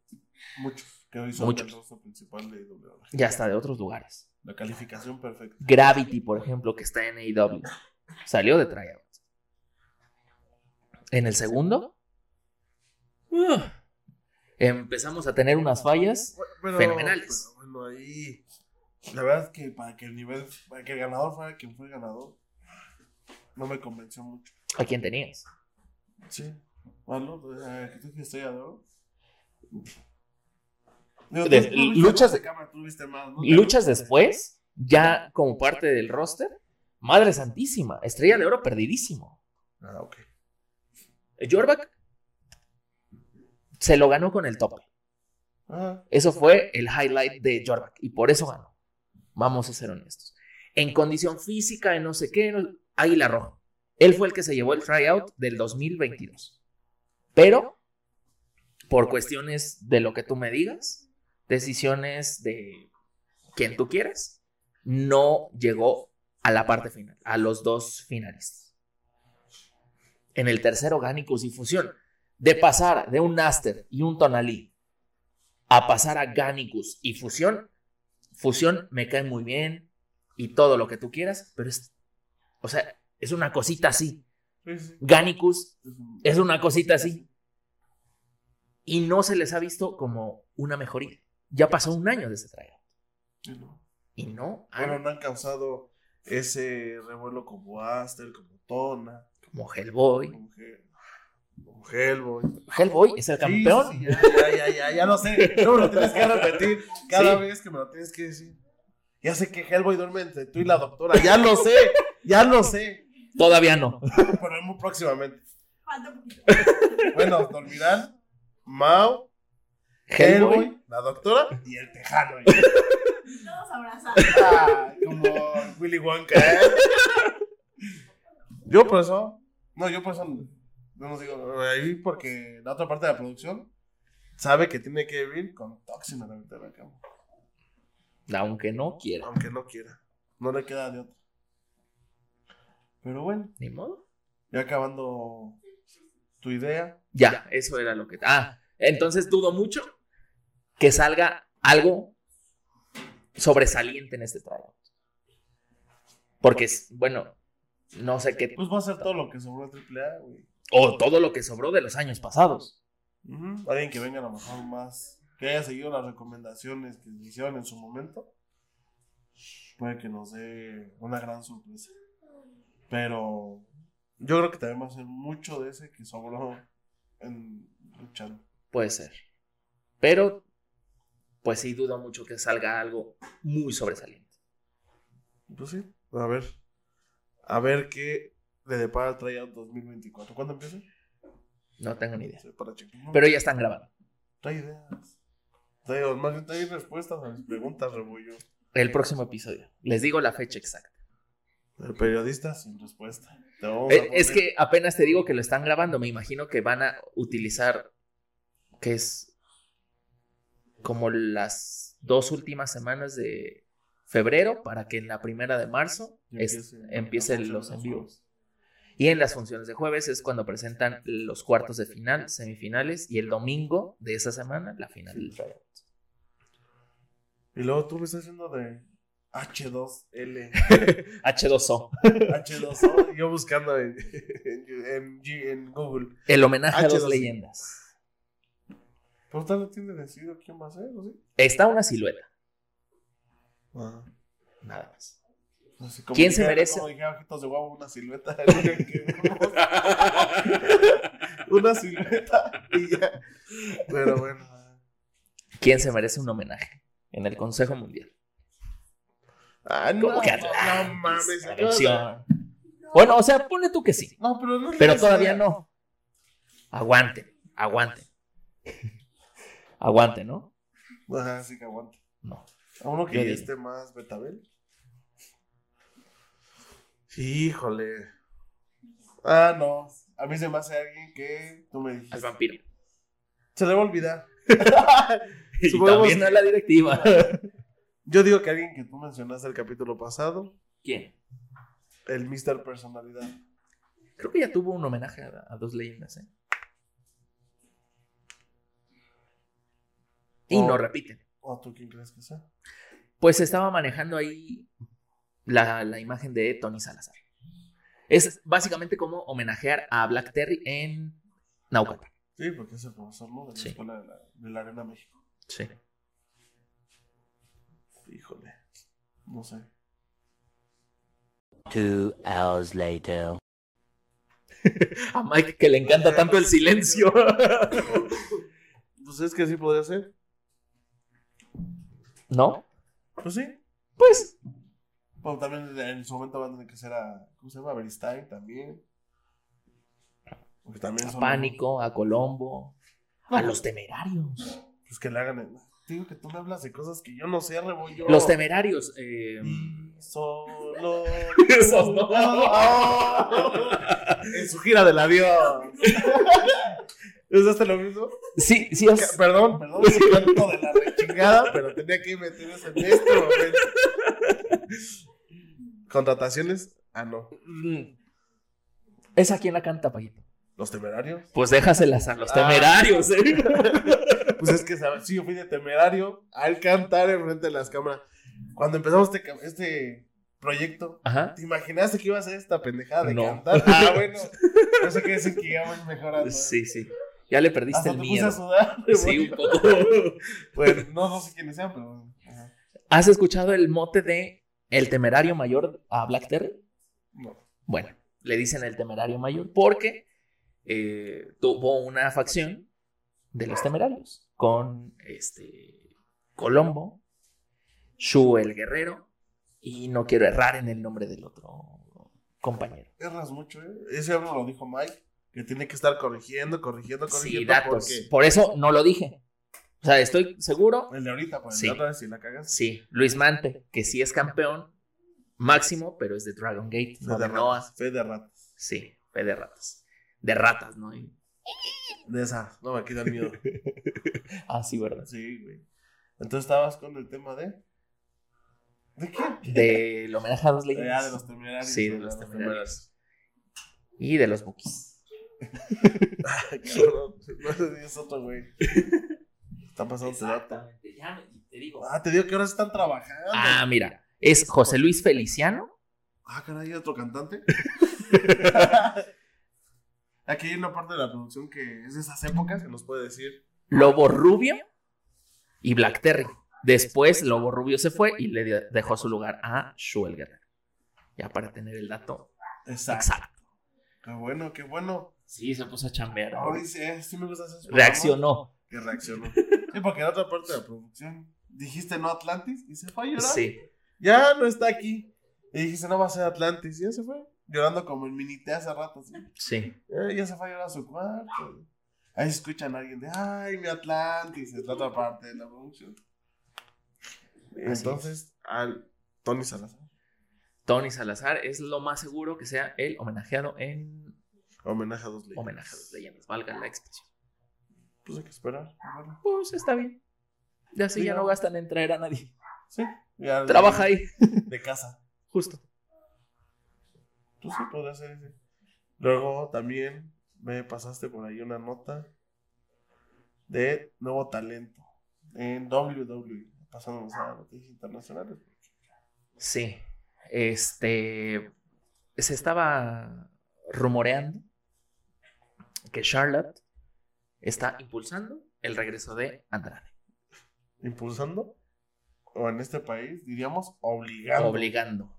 Muchos que hoy son Muchos. el rostro principal de WWE. ya hasta de otros lugares. La calificación perfecta. Gravity, por ejemplo, que está en AEW, salió de tryout. En el segundo, uh, empezamos a tener unas fallas. Pero- Fenomenales. pero bueno, ahí. La verdad es que para que el nivel, para que el ganador fuera quien fue el ganador, no me convenció mucho. ¿A quién tenías? Sí. Bueno, eh, ¿qué tú que estoy adoro? De- luchas- de cámara, tú viste más, ¿no? Luchas después, ya como parte del roster. Madre Santísima, Estrella de Oro perdidísimo. Ah, ok. Jorback se lo ganó con el tope. Ah, Eso fue el highlight de Jorback y por eso ganó. Vamos a ser honestos. En condición física, en no sé qué, no- Águila Roja. Él fue el que se llevó el tryout del 2022. Pero, por cuestiones de lo que tú me digas, decisiones de quien tú quieras, no llegó a la parte final, a los dos finalistas. En el tercero, Gánicos y Fusión. De pasar de un Aster y un Tonalí a pasar a Gannicus y Fusión. Fusión me cae muy bien y todo lo que tú quieras, pero es, o sea, es una cosita así. sí, sí. Gannicus Es un- es una cosita así. Y no se les ha visto como una mejoría. Ya pasó un año de ese tryout sí, no. y Ah, no Bueno, han, no han causado ese revuelo como Aster, como Tona, como Hellboy. como, Hel- como Hellboy. Hellboy es el Sí, sí, campeón. sí, ya, ya, ya, ya, ya lo sé. No me lo tienes que repetir cada Sí. vez que me lo tienes que decir. Ya sé que Hellboy duerme entre tú y la doctora. Ya lo sé, ya lo sé. Todavía no. Pero muy próximamente. Falta poquito. Bueno, dormirán Mao, Hellboy, Hellboy, la doctora y el tejano. ahí. Todos abrazados. Ah, como Willy Wonka, ¿eh? Yo por eso. No, yo por eso. No nos digo. Ahí porque la otra parte de la producción sabe que tiene que vivir con Toxin a la mitad de la cama. aunque no quiera. Aunque no quiera. No le queda de otra. Pero bueno, Ni modo. ya acabando tu idea. Ya, eso era lo que. Ah, entonces dudo mucho que salga algo sobresaliente en este tryout. Porque, es- bueno, no sé qué. Pues va a ser todo lo que sobró a AAA, güey. O todo lo que sobró de los años pasados. Ujú. Alguien que venga a lo mejor más, que haya seguido las recomendaciones que se hicieron en su momento, puede que nos dé una gran sorpresa. Pero yo creo que también va a ser mucho de ese que sobró en luchando. Puede ser. Pero, pues sí, dudo mucho que salga algo muy sobresaliente. Pues sí, a ver. A ver qué le depara el tryout 2024. ¿Cuándo empieza? No tengo ni idea. Sí, para checar. Pero ya están grabando. Trae ideas. Trae, más bien trae respuestas a mis preguntas, Rebollo. El próximo episodio. Les digo la fecha exacta. El periodista sin respuesta. Te vamos a Eh, Es poner- que apenas te digo que lo están grabando, me imagino que van a utilizar, que es como las dos últimas semanas de febrero para que en la primera de marzo Y es- empiece- empiecen empiecen los los en vivos. Y en las funciones de jueves es cuando presentan los cuartos de final, semifinales y el domingo de esa semana la final. del tryout. Y luego tú me estás haciendo de H2L, H2O. H2O, yo buscando en, en- en G- en Google. El homenaje a dos H2O. leyendas. Pero usted no tiene decidido quién va a ser, ¿o sí? Está una silueta. Ajá. Nada más. No sé, Pues como ¿Quién se dijera- merece? Como dijera ojitos de huevo, una silueta. una silueta y ya. Pero bueno. ¿Quién se merece un homenaje en el Consejo Mundial? Ah, no, ¿Cómo que no mames. Atlantis, la acabas de- canción? Bueno, o sea, pone tú que sí, No, pero no. pero todavía no. Aguante, aguante. Aguante, ¿no? Ajá, sí que aguanta. No. A uno Yo que ya digo. esté más Betabel. Híjole. Ah, no. A mí se me hace alguien que tú me dijiste. Al vampiro. Se le va a olvidar. Y Supongamos también a la directiva. Yo digo que alguien que tú mencionaste el capítulo pasado, ¿Quién? el Mr. Personalidad. Creo que ya tuvo un homenaje a, a dos leyendas, ¿eh? Y no Oh. repiten. ¿O tú quién crees que sea? Pues estaba manejando ahí la, la imagen de Tony Salazar. Es básicamente como homenajear a Black Terry en Naucalpan. Sí, porque es el profesor, ¿no? De la Sí. Escuela de la, de la Arena México. Sí. Híjole. No sé. Two hours later. A Mike que le encanta tanto el silencio. Pues es que sí podría ser. ¿No? Pues sí. Pues Pero también en su momento van a tener que ser a. ¿Cómo se llama? A Beristain también. Porque también a son. Pánico, a Colombo, a los temerarios. Pues que le hagan. el- Te Digo que tú me hablas de cosas que yo no sé, rebollo. Los temerarios. eh, Solo. Esos no. en su gira del avión. ¿Usaste lo mismo? sí, sí, os- Perdón, perdón, sí, tanto de la rechingada, pero tenía que meter eso en este momento. ¿Contrataciones? Ah, no. Mm. ¿Esa quién la canta, Paquito? ¿Los temerarios? Pues déjaselas a los Ah. temerarios, ¿eh? Pues es que ¿sabes? sí, yo fui de temerario al cantar enfrente de las cámaras. Cuando empezamos este, ca- este proyecto, Ajá. ¿te imaginaste que iba a ser esta pendejada de No. cantar? Ah, bueno. No sé qué decir que íbamos mejorando. ¿eh? Sí, sí. Ya le perdiste Hasta el te puse a miedo. sudar. Sí, un poco. Bueno, no, no sé quiénes sean, pero. ajá. ¿Has escuchado el mote de el temerario mayor a Black Terry? No. Bueno, le dicen el temerario mayor porque eh, tuvo una facción de los temerarios con este Colombo, Shu el guerrero y no quiero errar en el nombre del otro compañero. Erras mucho, ¿eh? Ese hombre lo dijo Mike, que tiene que estar corrigiendo, corrigiendo, corrigiendo. Sí, datos. porque- Por eso no lo dije. O sea, estoy seguro. El de ahorita, pues, el Sí. de otra vez, si la cagas. Sí, Luis Mante, que sí es campeón máximo, pero es de Dragon Gate, no Fe de de Noah. ratas, fe de ratas. Sí, fe de ratas. De ratas, ¿no? Y- De esas, no me quita el miedo. Ah, sí, ¿verdad? Sí, güey. Entonces estabas con el tema de. ¿De qué? Del homenaje a dos Ah, de leyendas. los temerarios. Sí, de los temerarios. Y de los bookies. Ay, cabrón. No sé si es otro, güey. Está pasando tu dato. Ya me- te digo. Ah, te digo que ahora sí están trabajando. Ah, mira. Es José Luis Feliciano. Ah, caray, ¿hay otro cantante. Aquí hay una parte de la producción que es de esas épocas que nos puede decir. Lobo Rubio y Black Terry. Después Lobo Rubio se fue y le de- dejó su lugar a Shuel Guerrero. Ya para tener el dato exacto. Qué bueno, qué bueno. Sí, se puso a chambear. Ahora sí, eh, sí me gusta hacer Reaccionó. Que reaccionó. Sí, porque era otra parte de la producción. Dijiste no Atlantis y se fue a llorar. Sí. Ya no está aquí. Y dijiste no va a ser Atlantis. Y ya se fue. Llorando como el minite hace rato. así. Sí. Eh, ya se fue a llorar a su cuarto. Ahí escuchan a alguien de ay, mi Atlantis. Es la otra parte de la producción. Entonces, al Tony Salazar. Tony Salazar es lo más seguro que sea el homenajeado en Homenaje a dos leyes. homenaje a las leyendas, valga la expresión. Pues hay que esperar. Bueno, Pues está bien. Ya así Sí, ya ¿no? no gastan en traer a nadie. sí. ya de- Trabaja ahí, De casa. justo. Tú sí podrías hacer ese. Luego también me pasaste por ahí una nota de nuevo talento en WWE, pasándonos a noticias internacionales. Sí. Este. Se estaba rumoreando que Charlotte está impulsando el regreso de Andrade. ¿Impulsando? o en este país, diríamos obligando. obligando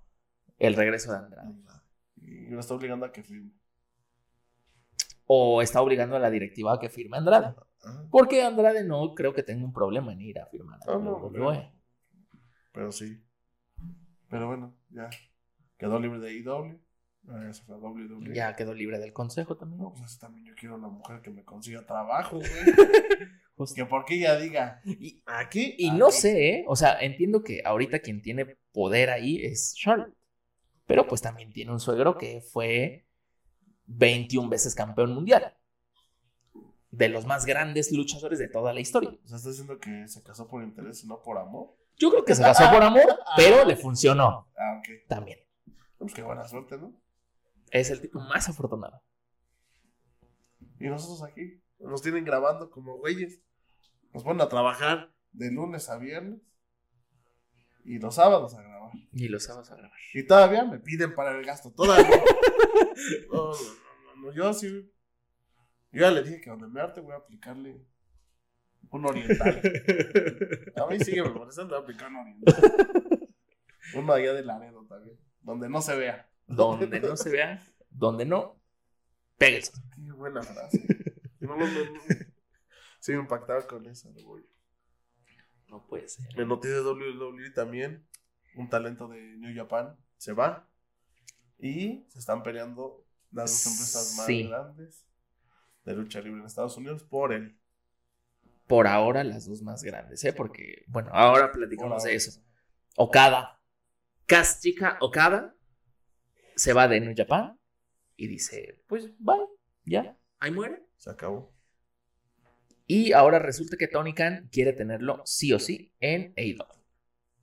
el regreso de Andrade. Y lo está obligando a que firme. O está obligando a la directiva a que firme a Andrade. Ajá. Porque Andrade no creo que tenga un problema en ir a firmar. a Ah, no, WWE. no. Pero sí. Pero bueno, ya. Quedó libre de IW. Ah, Eso fue a WWE. Ya quedó libre del consejo también. No, pues eso también yo quiero una mujer que me consiga trabajo, güey. Pues Justo. que porque ella diga, Y, aquí. y no aquí. sé, ¿eh? o sea, entiendo que ahorita quien tiene poder ahí es Charlotte. Pero pues también tiene un suegro que fue 21 veces campeón mundial. De los más grandes luchadores de toda la historia. O sea, está diciendo que se casó por interés y no por amor. Yo creo que se casó por amor, pero le funcionó Ah, ok. también. Pues qué buena suerte, ¿no? Es el tipo más afortunado. Y nosotros aquí nos tienen grabando como güeyes. Nos ponen a trabajar de lunes a viernes y los sábados a grabar. Y los sábados a grabar. Y todavía me piden para el gasto. Todavía. no, no, no, no, no, Yo sí. Yo ya le dije que donde me arte voy a aplicarle un oriental. A mí sigue me molestando, voy a aplicar un oriental. Uno allá de Laredo también. Donde no se vea. Donde no se vea, donde no, péguese. Qué buena frase. No, no, no, no. Sí, me impactaba con esa, lo voy. No puede ser. En noticias de WWE también, un talento de New Japan se va. Y se están peleando las dos empresas más Sí. grandes de lucha libre en Estados Unidos por él. Por ahora las dos más grandes, ¿eh? Porque, bueno, ahora platicamos de eso. Okada. Kazuchika Okada se va de New Japan y dice, pues, bye, ya, ahí muere. Se acabó. Y ahora resulta que Tony Khan quiere tenerlo sí o sí en AEW.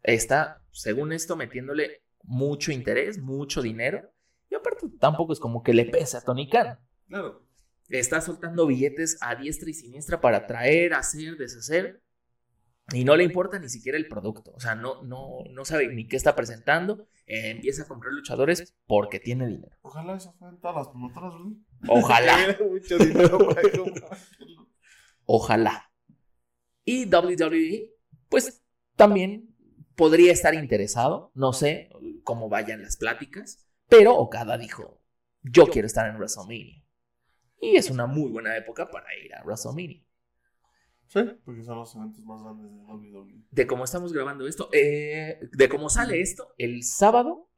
Está, según esto, metiéndole mucho interés, mucho dinero. Y aparte, tampoco es como que le pese a Tony Khan. Claro. Está soltando billetes a diestra y siniestra para traer, hacer, deshacer. Y no le importa ni siquiera el producto. O sea, no, no, no sabe ni qué está presentando. Eh, empieza a comprar luchadores porque tiene dinero. Ojalá eso fueran todas las promotoras, ¿verdad? Ojalá. Que hubiera mucho dinero para comprar. Ojalá. Y WWE, pues también podría estar interesado, no sé cómo vayan las pláticas, pero Okada dijo, yo quiero estar en WrestleMania. Y es una muy buena época para ir a WrestleMania. Sí, porque son los eventos más grandes de E. WWE. De cómo estamos grabando esto, eh, de cómo sale esto, el sábado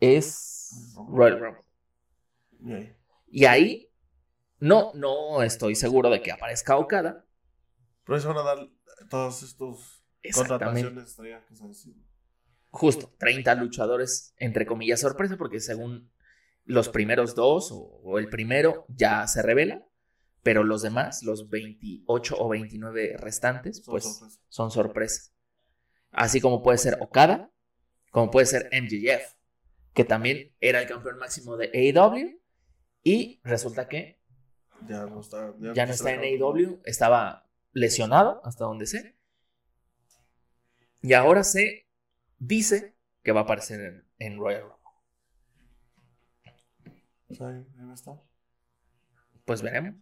es Royal Rumble. Y ahí. Y ahí no, no estoy seguro de que aparezca Okada. Por eso van a dar todos estos Exactamente. contrataciones estrellas que se deciden. justo 30 luchadores, entre comillas, sorpresa, porque según los primeros dos o, o el primero ya se revela, pero los demás, los 28 o 29 restantes, Son pues sorpresas. son sorpresa. Así como puede ser Okada, como puede ser MJF, que también era el campeón máximo de AEW y resulta que Ya no está, ya no está en E AEW, estaba lesionado hasta donde sé. Y ahora se dice que va a aparecer en, en Royal Rumble. Sí, ahí va a estar. Pues veremos.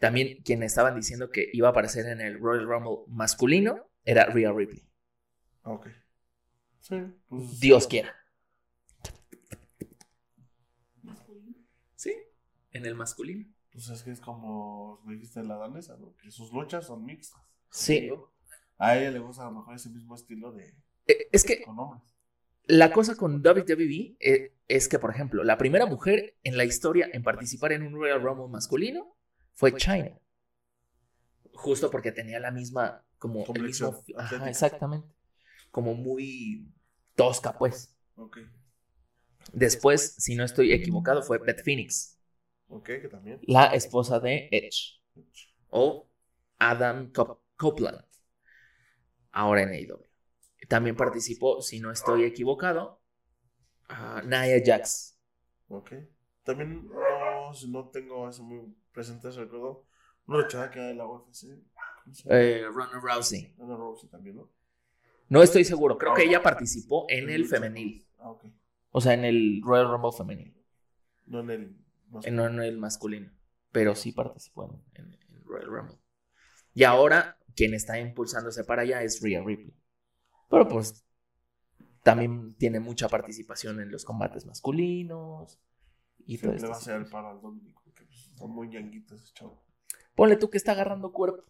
También quien estaban diciendo que iba a aparecer en el Royal Rumble masculino era Rhea Ripley. Ah, Ok. Sí, pues. Dios quiera. masculino. Sí, en el masculino. Pues es que es como lo dijiste de la danesa, ¿no? Que sus luchas son mixtas. Sí. A ella le gusta a lo mejor ese mismo estilo de. Eh, Es que con hombres. la cosa con WWE eh, es que, por ejemplo, la primera mujer en la historia en participar en un Royal Rumble masculino fue China. Justo porque tenía la misma, como el Complexión mismo- ajá, atlética. exactamente. Como muy tosca, pues. Ok. Después, si no estoy equivocado, fue Beth Phoenix, Ok, que también. la esposa de Edge. O Adam Cop- Copeland, ahora en AEW. También participó, si no estoy equivocado, a Nia Jax. Ok. También no, si no tengo ese muy presente ese recuerdo. Una luchadora que era de la UFC. ¿cómo se llama? eh, Ronda Rousey. Ronda Rousey también, ¿no? No estoy seguro, creo que ella participó en el lucha. femenil. Ah, ok. O sea, en el Royal Rumble femenil. No en el. no sé. Eh, No en el masculino, pero sí participó en, en el Royal Rumble. Y ahora, quien está impulsándose para allá es Rhea Ripley. Pero pues también tiene mucha participación en los combates masculinos y todo Siempre esto. va a ser el paro al Dominic, porque pues, está muy yanguito ese chavo. Ponle tú que está agarrando cuerpo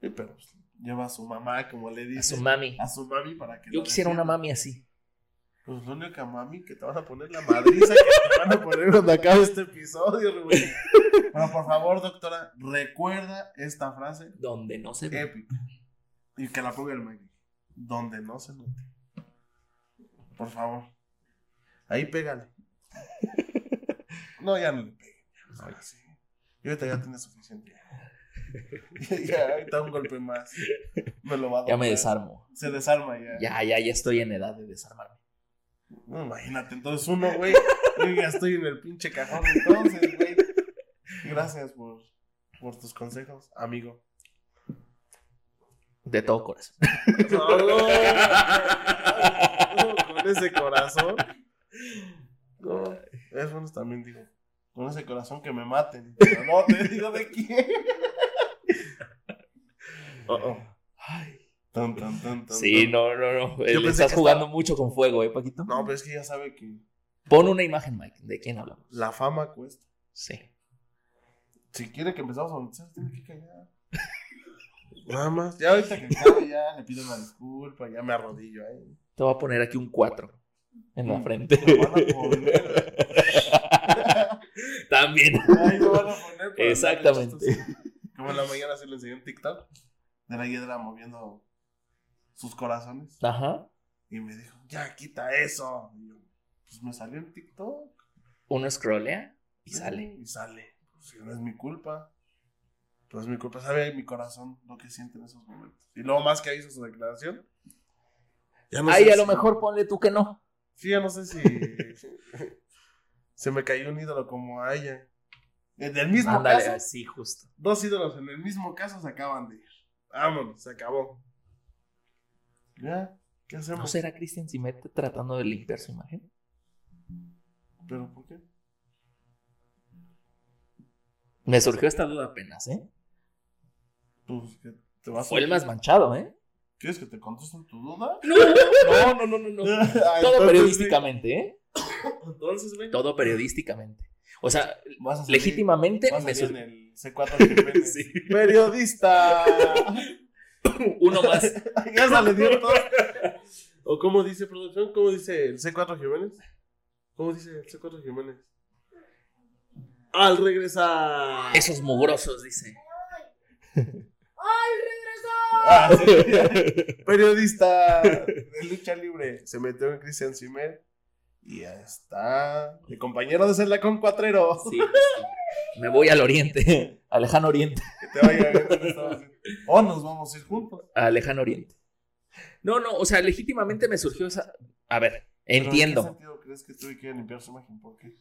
Sí, pero pues, lleva a su mamá, como le a dice. su mami. A su mami para que Yo lo quisiera una defienda. mami así. Pues la única mami que te van a poner la madriza que te van a poner cuando acabe este episodio, güey. Pero por favor, doctora, recuerda esta frase Donde no se ve. épica. Y que la ponga el Maggie. Donde no se note. Por favor. Ahí pégale. No, ya no le pegue. Ahora sí. Y ahorita ya tiene suficiente. ya, ahorita un golpe más. Me lo va a Ya me doblar. desarmo. Se desarma ya. Ya, ya, ya estoy en edad de desarmarme. No, imagínate, entonces uno, güey. Yo ya estoy en el pinche cajón, entonces, güey. Gracias por, por tus consejos, amigo. De todo corazón. No, no, no, con ese corazón. No, eso nos también digo. Con ese corazón que me maten. Pero no, te digo de quién. Oh, oh. Ay. Tan, tan, tan, tan, Sí, tan. no, no, no. Eh, Le pensé estás que jugando mucho con fuego, ¿eh, Paquito? No, pero es que ya sabe que Pon una imagen, Mike, de quién hablamos. la fama cuesta. Sí. Si quiere que empezamos a monetizar, tiene que callar. Nada más. Ya ahorita que acabe, ya le pido una disculpa, ya me arrodillo ahí. Te voy a poner aquí un 4 en la Mm, frente. Me van a poner. También. Ahí me van a poner. para Exactamente. darle chistoso. Como en la mañana se le enseñó en TikTok de la hiedra moviendo sus corazones. Ajá. Y me dijo, ya quita eso. Y yo, pues me salió en TikTok. Uno scrollea Mm. y sale. Y sale. Si no es mi culpa. Pero es mi culpa. Sabe mi corazón lo que siente en esos momentos. Y luego más que hizo su declaración. Ya no Ahí sé a lo si- mejor ponle tú que no. Sí, ya no sé si. se me cayó un ídolo como a ella. En el mismo Ándale, caso, así justo. dos ídolos en el mismo caso se acaban de ir. Vámonos, se acabó. Ya, ¿qué hacemos? ¿No será Cristian Simete tratando de limpiar su imagen? ¿Pero por qué? Me surgió esta duda apenas, ¿eh? Pues que te vas Fue el más manchado, ¿eh? ¿Quieres que te contesten tu duda? No, no, no, no, no. Ah, Todo entonces, periodísticamente, ¿eh? ve- Entonces, ven. Todo periodísticamente. O sea, Vas a salir- legítimamente vas a me salir surgió. en el C4 Jiménez. Sí. Periodista. Uno más. ya se le dio todo. ¿O cómo dice producción? ¿Cómo dice el C4 Jiménez? ¿Cómo dice el C4 Jiménez? Al regresar. Esos mugrosos, dice. ¡Ay, regresó! Ah, sí. Periodista de lucha libre. Se metió en Cristian Simer. Y ya está. El compañero de Zelda con cuatrero. Sí, sí. Me voy al oriente, al lejano oriente. Que te vaya bien en Estados Unidos. O nos vamos a ir juntos. A lejano oriente. No, no, o sea, legítimamente me surgió esa... A ver, Pero, ¿En qué entiendo. sentido crees que tuve que limpiar su imagen? ¿Por qué?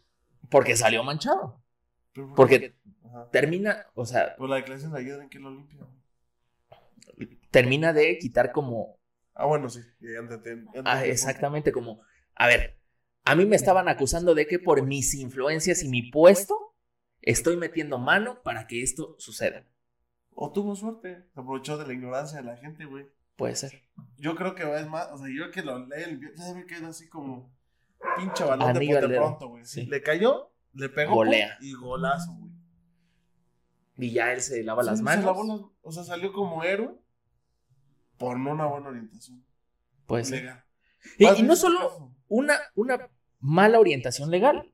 Porque salió manchado. ¿Pero por qué? Porque Ajá. termina, o sea, Pues la declaración de ayer en que lo limpia. termina de quitar como... Ah, bueno, sí. Ya entendí- entendí el ah, punto. exactamente como... A ver, a mí me estaban acusando de que por mis influencias y mi puesto estoy metiendo mano para que esto suceda. O tuvo suerte. Se aprovechó de la ignorancia de la gente, güey. Puede ser. Yo creo que es más, o sea, yo que lo leo, el video, ya me quedo así como pinche balón Anillo de al bote dedo. pronto, güey. Sí. Le cayó, le pegó Golea. pum, y golazo, güey. Y ya él se lava las Sí, manos. se lavó las- o sea, salió como héroe por no una buena orientación. Puede ser. Legal. Pues Y- Más y no veces solo... caso. una, una mala orientación legal,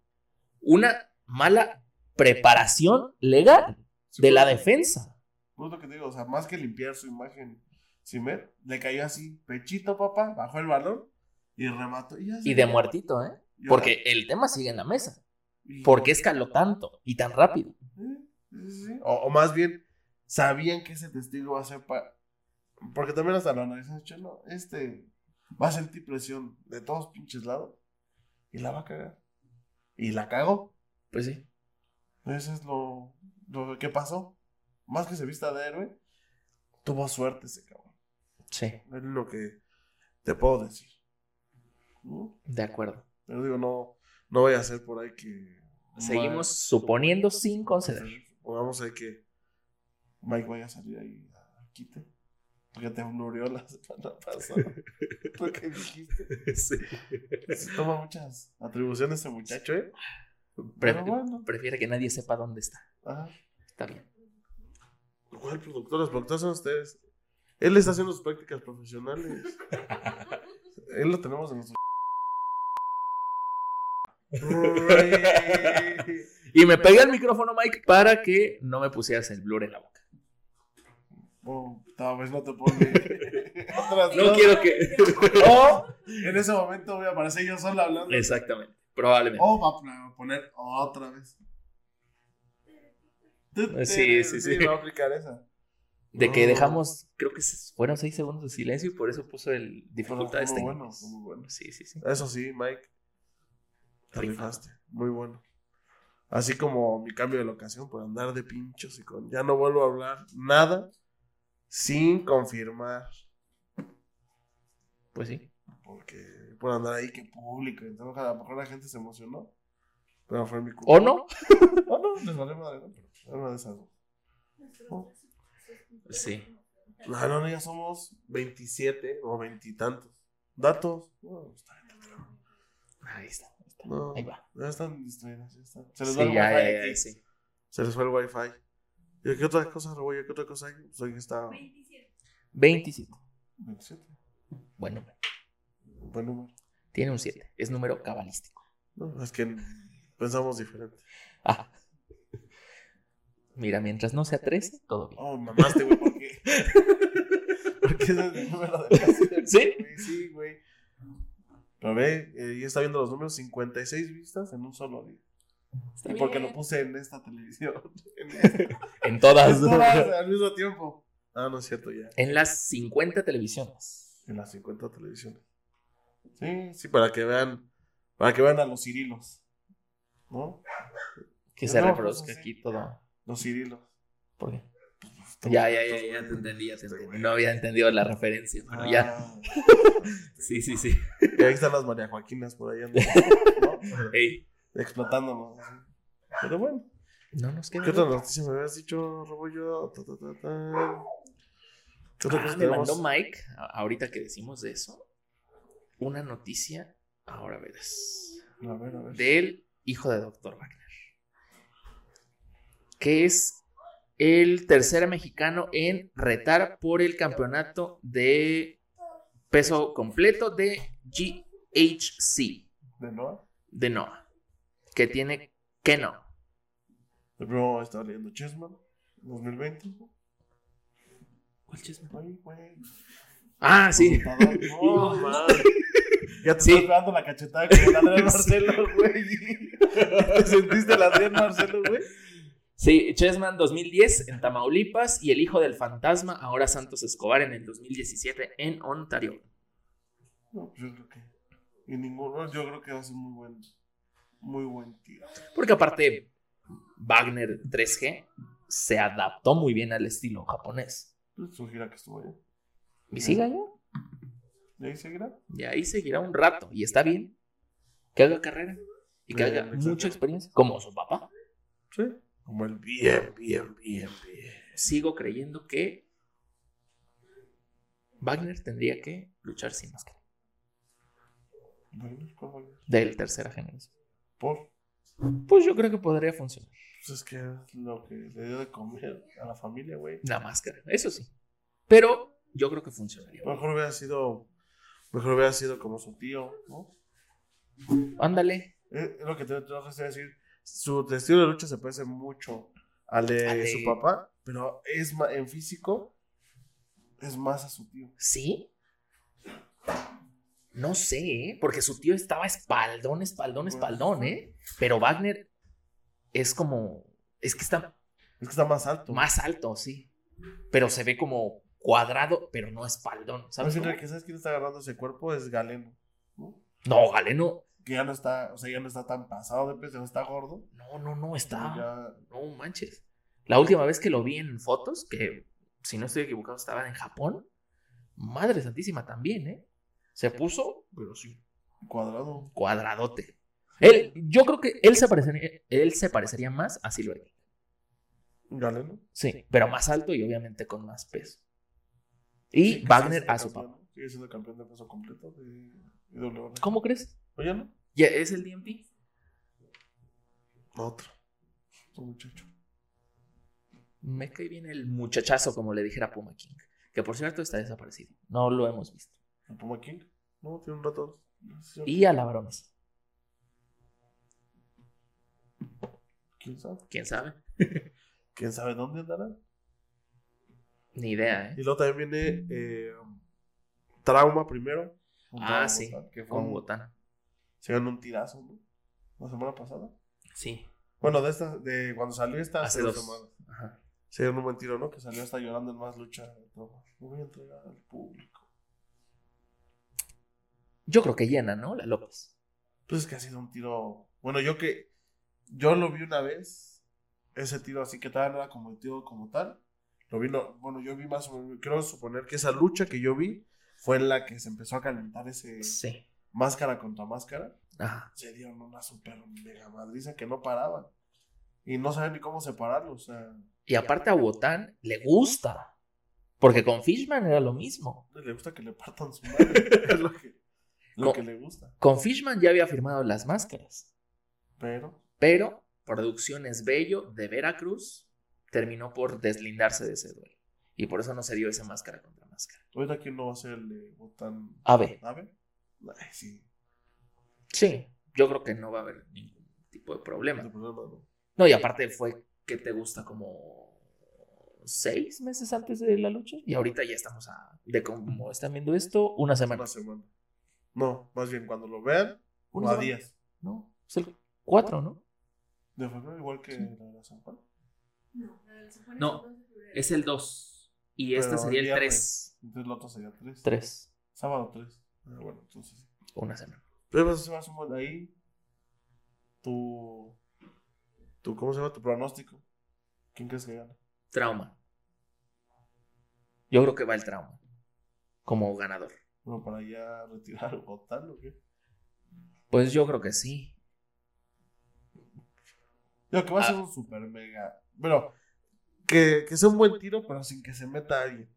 una mala preparación legal Sí, de la pues, defensa. pues lo que te digo, o sea, más que limpiar su imagen, sin ver, le cayó así, pechito, papá, bajó el balón y remató. Y, ya se Y de fue. muertito, ¿eh? Y ahora- Porque el tema sigue en la mesa. y- ¿Por qué escaló tanto y tan rápido? Sí, sí, sí. O, o más bien, sabían que ese testigo va a ser para. Porque también hasta lo analizan, chelo, este va a sentir presión de todos pinches lados y la va a cagar. Y la cagó. Pues sí. Eso es lo, lo que pasó. Más que se vista de héroe, tuvo suerte ese cabrón. Sí, Es lo que te puedo decir. ¿No? de acuerdo. Pero digo, no, no voy a hacer por ahí que. Seguimos suponiendo sin conceder. O vamos a ver que Mike vaya a salir ahí a quite. Porque te murió la semana pasada. Lo que dijiste. Sí. Se toma muchas atribuciones ese muchacho, ¿eh? Pre- Pero bueno. Prefiere que nadie sepa dónde está. Ajá. Está bien. ¿Cuál productor? Los productores son ustedes. Él está haciendo sus prácticas profesionales. Él lo tenemos en nuestro. Y me pegué al micrófono, Mike, para que no me pusieras el blur en la boca. Oh, tal vez no te pone. Otras No dos. quiero que. O en ese momento voy a aparecer yo solo hablando. Exactamente. Probablemente. O va a poner otra vez. Sí, sí, sí. va a aplicar esa. De que No. dejamos, creo que se- fueron seis segundos de silencio y por eso puso el Pero dificultad fue este. muy Oh, bueno, fue muy bueno. Sí, sí, sí. Eso sí, Mike. Te Rifado. rifaste. Muy bueno. Así como mi cambio de locación por andar de pinchos y con. Ya no vuelvo a hablar nada sin confirmar. Pues sí. Porque por andar ahí, que público. Entonces, a lo mejor la gente se emocionó. Pero fue mi culpa. ¿O no? Oh, no, les valió madre, ¿no? Pero era una de esas dos. Sí. No, no, no, ya somos 27 o veintitantos. Datos. No, está bien, está bien. Ahí está. ahí está. No. Ahí va. Ya están distraídas, ya están. Se les va el Sí, ya, wifi ya, aquí. ya, sí. Se les fue el wifi. ¿Y qué otra cosa, Rebolla? ¿Qué otra cosa hay? Pues hoy está 27. 27. 27. Buen número. Buen número. Tiene un 7. Es número cabalístico. No, es que pensamos diferente. Ah. Mira, mientras no sea 13, todo bien. Oh, mamaste, güey, ¿por qué? Porque ese es el número de la serie, ¿Sí? güey, Sí, güey. Pero ve, eh, ya está viendo los números, 56 vistas en un solo día. Está y porque bien. lo puse en esta televisión. En En todas. todas al mismo tiempo. Ah, no es cierto, ya. En las 50 televisiones. En las 50 televisiones. Sí, sí, para que vean, para que vean a los cirilos. ¿No? Que se No, reproduzca pues, sí. aquí todo. Los cirilos. ¿Por qué? Estamos Ya, ya, ya, juntos, ya te güey. entendí, ya te Este, entendí. güey. No había entendido la referencia, pero ya. Ah, Sí, sí, sí. y ahí están las María Joaquinas por ahí andando, ¿no? Ey. Explotándonos. así. Pero bueno. No nos queda. ¿Qué otra otra. noticia me habías dicho, Rebollo? Ta, ta, ta, ta. ¿Qué otra Ah, cosa me tenemos? mandó Mike, a- ahorita que decimos de eso, una noticia, ahora verás, A ver, a ver. del hijo de Dr. Wagner, que es el tercer mexicano en retar por el campeonato de peso completo de GHC ¿De Noah? de Noah, que tiene que no. El primo estaba leyendo Chessman, 2020. Ay, güey. Ah, sí. Computador. No, Sí. madre. Ya te Sí. estás pegando la cachetada con el Adrián Marcelo, güey. ¿Te sentiste el Adrián Marcelo, güey? Sí, Chessman 2010 en Tamaulipas y el hijo del fantasma, ahora Santos Escobar en el 2017 en Ontario. No, pues yo creo que. Y ninguno, yo creo que va a ser muy buen. Muy buen tío. Porque aparte, Wagner 3G se adaptó muy bien al estilo japonés. Su gira que estuvo allá. Y sigue allá. ¿De ahí seguirá? Y ahí seguirá un rato. Y está bien. Que haga carrera. Y que Eh, haga exacto. mucha experiencia. Como su papá. Sí. Como el bien, bien, bien, bien. Sigo creyendo que Wagner tendría que luchar sin máscara. Bueno, ¿cómo es? Del tercera generación. Por. Pues yo creo que podría funcionar. Pues es que es lo que le dio de comer a la familia, güey. La máscara. Eso sí. Pero yo creo que funcionaría. Mejor hubiera sido. Mejor hubiera sido como su tío, ¿no? Ándale. Es es lo que te tengo que decir. Su estilo de lucha se parece mucho al de Al de- su papá, pero es ma- en físico es más a su tío. ¿Sí? No sé, ¿eh? porque su tío estaba espaldón, espaldón, espaldón, ¿eh? Pero Wagner es como. Es que está Es que está más alto. más alto, sí. Pero se ve como cuadrado, pero no espaldón, ¿Sabes, ¿sabes? cómo? que sabes quién está agarrando ese cuerpo? Es Galeno. ¿no? No, Galeno. Que ya no está, o sea, ya no está tan pasado de peso, está gordo. No, no, no, pero está. ya- No manches. La última vez que lo vi en fotos, que si no estoy equivocado, estaba en Japón. Madre Santísima también, ¿eh? Se puso, pero sí, cuadrado. cuadradote. Él, yo creo que él se parecería, él se parecería más a Silver. Galeno. Sí, pero más alto y obviamente con más peso. Y Sí, Wagner sigue a su siendo papá. campeón, ¿no? Sigue siendo campeón de peso completo de IWA. ¿Cómo crees? ¿O ya no? ¿Ya es el DMT? Otro. Otro muchacho. Me cae bien el muchachazo, como le dijera Puma King. Que por cierto está desaparecido. No lo hemos visto. ¿El Puma King? No, tiene un rato. Y a la Barones. ¿Quién sabe? ¿Quién sabe? ¿Quién sabe dónde andará? Ni idea, Y ¿eh? luego también viene eh, Trauma primero. Con Ah, Trauma sí. Botán, que fue Con un- Botana. Se ganó un tirazo, ¿no? La semana pasada. Sí. Bueno, de esta, de cuando salió esta Hace dos. semanas. Ajá. Se ganó un buen tiro, ¿no? Que salió hasta llorando en más lucha. No voy a entregar al público. Yo creo que llena, ¿no? La López. Pues es que ha sido un tiro. Bueno, yo que. Yo lo vi una vez. Ese tiro así que todavía no era como el tiro como tal. Lo vi, no- bueno, yo vi más o menos. Creo suponer que esa lucha que yo vi fue en la que se empezó a calentar ese Sí. máscara contra máscara. Ajá. Se dieron una super mega madriza que no paraban. Y no saben ni cómo separarlo. O sea, Y aparte a Botán le gusta. Porque con Fishman era lo mismo. le gusta que le partan su madre. es lo que, lo Co- que le gusta. Con Fishman ya había firmado las máscaras. Pero. Pero Producciones Bello de Veracruz terminó por deslindarse de ese duelo. Y por eso no se dio esa máscara contra máscara. Ahorita quién no va a ser el de Botán. Ave. ¿Ave? Ay, sí. Sí. Yo creo que no va a haber ningún tipo de problema. No, no, no. No, y aparte fue que te gusta como seis meses antes de la lucha. Y ahorita ya estamos a, de como están viendo esto, una semana. Una semana. No, más bien cuando lo vean, o a semana, días. ¿No? Es el cuatro, ¿no? De febrero, igual que la de la San Juan. No, la del San Juan No, el 2 de febrero. Es el dos. Y este Pero sería el viernes. tres. Entonces el otro sería 3. Tres. Sábado 3. bueno, entonces. sí. Una semana. Pero pues, se va a sumar ahí tu, tu. ¿Cómo se llama? Tu pronóstico. ¿Quién crees que gana? Trauma. Yo creo que va el trauma. Como ganador. Bueno, para ya retirar o votar o qué. Pues yo creo que sí. Yo, que va a Ah. ser un super mega. Pero. Que, que sea un buen tiro, pero sin que se meta alguien.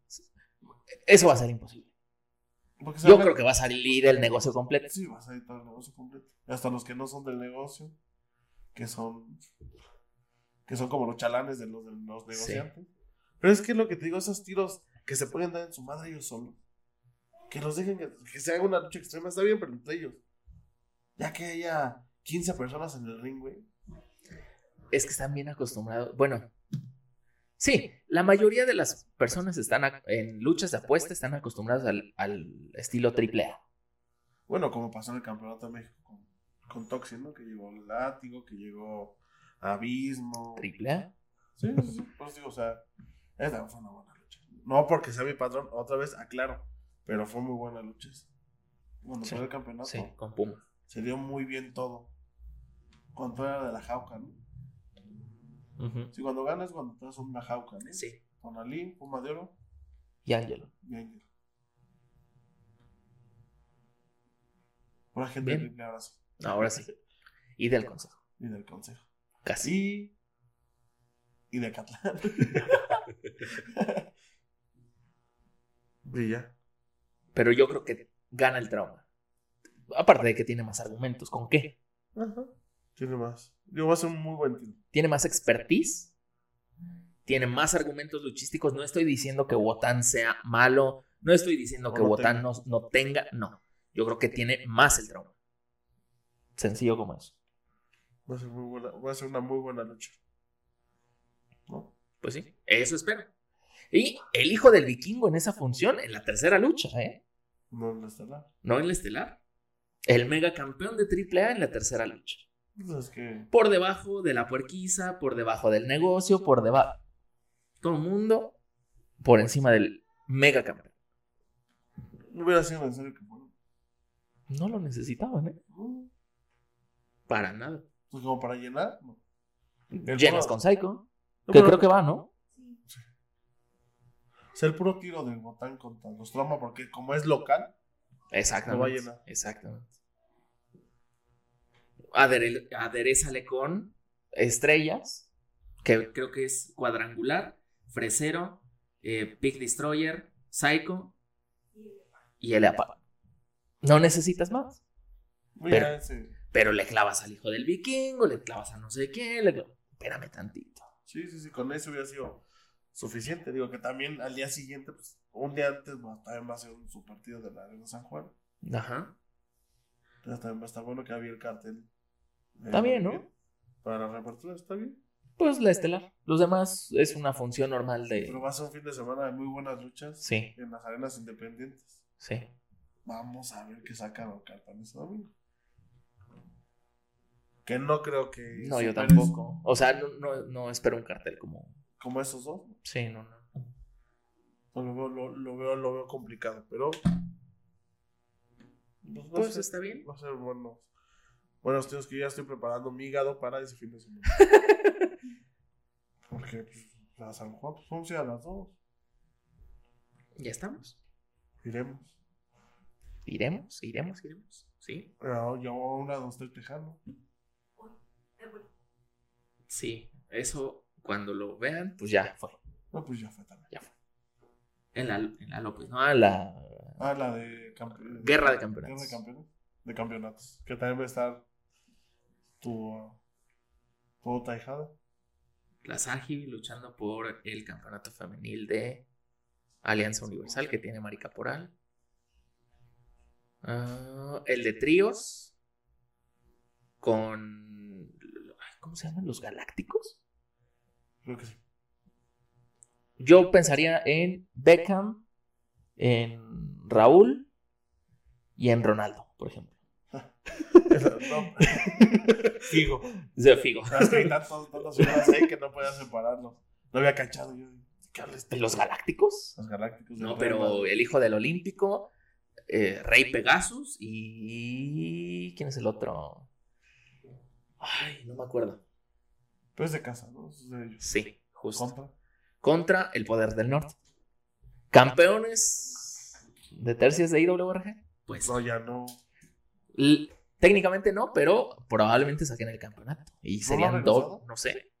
Eso va a ser imposible. Porque se Yo va a- creo que va a salir el negocio completo. Sí, vas a ir todo el negocio completo. Y hasta los que no son del negocio, que son. que son como los chalanes de los, de los negociantes. Pero es que lo que te digo, esos tiros que se pueden dar en su madre ellos solos. Que los dejen que, que se haga una lucha extrema, está bien, pero entre ellos. Ya que haya 15 personas en el ring, güey. es que están bien acostumbrados. Bueno, sí, la mayoría de las personas están ac- en luchas de apuesta están acostumbradas al, al estilo triple A. Bueno, como pasó en el Campeonato de México con, con Toxin, ¿no? Que llegó Látigo, que llegó Abismo. ¿Triple A? Sí, sí, sí. Por eso Pues digo, o sea, esta fue una buena lucha. No porque sea mi patrón, otra vez aclaro, pero fue muy buena lucha. esa. Cuando Sí, fue el campeonato, Sí, con Puma. se dio muy bien todo. Cuando era de la Jauca, ¿no? Sí, cuando ganas, cuando te das una Jauca, ¿no? Sí, Con Ali, Puma de Oro y Ángelo. y Ángel. Por la gente Bien. del abrazo Ahora sí. Y del consejo. y del consejo. Casi. Sí. Y de Catlán. y ya. Pero yo creo que gana el trauma. Aparte de que tiene más argumentos. ¿Con qué? Ajá. Tiene más. Yo va a ser un muy buen tiro. Tiene más expertise. Tiene más argumentos luchísticos. No estoy diciendo que Wotan sea malo. No estoy diciendo O que no Wotan tenga. no, no tenga. No. Yo creo que tiene más el trauma. Sencillo como eso. Va a ser, muy buena, va a ser una muy buena lucha. ¿No? Pues sí, eso espero. Y el hijo del vikingo en esa función, en la tercera lucha, ¿eh? No en la estelar. No en la estelar. El mega campeón de AAA en la tercera lucha. Entonces que. Por debajo de la puerquiza, por debajo del negocio, por debajo. Todo el mundo por encima del mega campeón. No hubiera sido necesario que fuera. No lo necesitaban, ¿eh? No. Para nada. Pues como para llenar. No. El Llenas puro- con Psycho, No, que pero- creo que va, ¿no? Sí. O sea, el puro tiro del botán contra los trama, porque como es local, Exactamente. No va a llenar. Exactamente. Adere- aderezale con estrellas, que creo que es cuadrangular, fresero, eh, Big Destroyer, Psycho eh, y el Aparo. No necesitas más. Pero- Mira, ese- Pero le clavas al hijo del vikingo, le clavas a no sé quién, le clavas... Espérame tantito. Sí, sí, sí, con eso hubiera sido suficiente. Digo que también al día siguiente, pues un día antes, bueno, también va a ser un- su partido de la Arena San Juan. Ajá. Entonces también va a estar bueno que había el cartel. de- Está bien, ¿no? Para la reapertura está bien. Pues la estelar. Los demás es una función normal Pero de... va a ser un fin de semana de muy buenas luchas Eh, Sí, en las arenas independientes. sí. Vamos a ver qué saca Carpan ese domingo. Que no creo que. No, yo superes tampoco. O sea, no, no, no espero un cartel como... Como esos dos. Sí, no, no. Pues lo veo, lo, lo veo, lo veo complicado, pero. Pues, no Pues sé, está bien. Va a ser bueno. Buenos tíos, que yo ya estoy preparando mi hígado para ese fin de semana. Porque, pues, a San Juan, pues vamos a ir a las dos. Ya estamos. Iremos. Iremos, iremos, iremos. Sí. Yo yo a una donde estoy tejano. Eh, bueno, Sí. Eso, cuando lo vean, pues ya fue. No, pues ya fue también. En la, en la López, ¿no? En la... Ah, la de campeones. Guerra de campeonatos. Guerra de campeones. De campeonatos. Que también va a estar tu. ah, todo taijada. La Sargi luchando por el campeonato femenil de Alianza Universal que tiene Mari Caporal. Ah, el de tríos con... ay, ¿Cómo se llaman? ¿Los Galácticos? Creo que sí. Yo pensaría en Beckham, en Raúl y en Ronaldo, por ejemplo. no. Figo. De Figo. Sabes que hay tantos, tantas ciudades ahí que no podía separarlos. No había cachado yo. ¿Qué habla este? ¿Los Galácticos? Los galácticos. del No, Real pero Madrid. el hijo del Olímpico, eh, Rey Pegasus y... ¿Quién es el otro? Ay, no me acuerdo. Pero es de casa, ¿no? Es de ellos. Sí, justo. Contra. Contra el Poder del Norte. Campeones de tercias de IWRG. Pues No, ya no. l- técnicamente no, pero probablemente saquen el campeonato. Y ¿No lo serían han dos, regresado? no sé.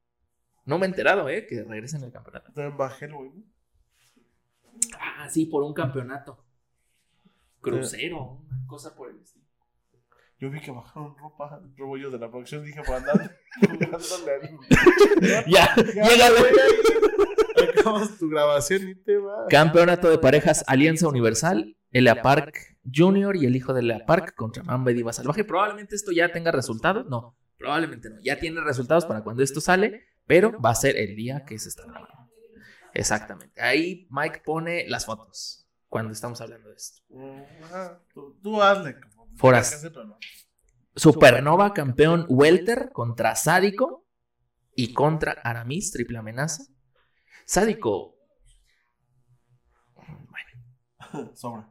No me he enterado, ¿eh? Que regresen el campeonato. También bajé, güey. ¿no? Ah, sí, por un campeonato. Crucero, una cosa por el estilo. Yo vi que bajaron ropa, robo yo de la producción. Dije, para andar jugándole al. Ya, llégale. Acabas tu grabación y te vas. Campeonato de parejas Alianza Universal, el Park Junior y el hijo de la Park contra Mamba y Diva Salvaje. Probablemente esto ya tenga resultados. No, probablemente no. Ya tiene resultados para cuando esto sale, pero va a ser el día que se está grabando. Exactamente. Ahí Mike pone las fotos cuando estamos hablando de esto. Mm, ajá. Tú, tú hazle. como- Foras. que hace, pero no. Supernova campeón Welter contra Sádico y contra Aramis, triple amenaza. Sádico. Bueno, Sobra.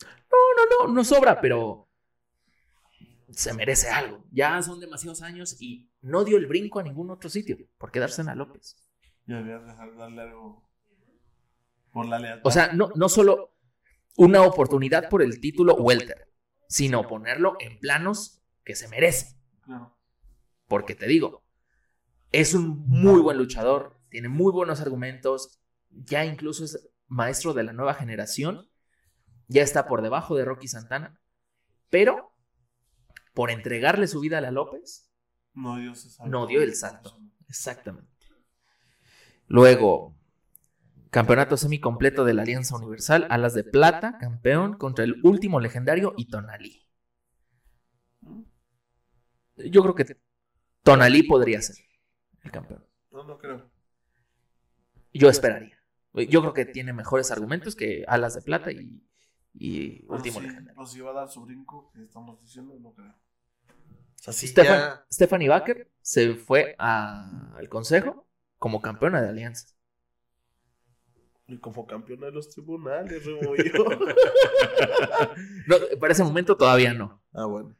no, no, no sobra, pero se merece algo. Ya son demasiados años y no dio el brinco a ningún otro sitio por quedarse en la López. Ya deberías dejar darle algo. Por la lealtad. O sea, no, no solo una oportunidad por el título Welter, sino ponerlo en planos que se merece. Claro. Porque te digo, es un muy buen luchador, tiene muy buenos argumentos, ya incluso es maestro de la nueva generación, ya está por debajo de Rocky Santana, pero por entregarle su vida a la López, No dio ese salto. No dio el salto. Exactamente. Luego, campeonato semicompleto de la Alianza Universal, Alas de Plata, campeón contra el último legendario y Tonalí. Yo creo que Tonalí podría ser el campeón. No, no creo. Yo esperaría. Yo creo que tiene mejores argumentos que Alas de Plata y, y Pero último sí, legendario. pero si va a dar su brinco, que estamos diciendo, no creo. O sea, sí, Stefan- Stephanie Baker se fue a- al consejo como campeona de Alianza. Y como campeona de los tribunales, rebo yo. No, para ese momento todavía no. ah, bueno.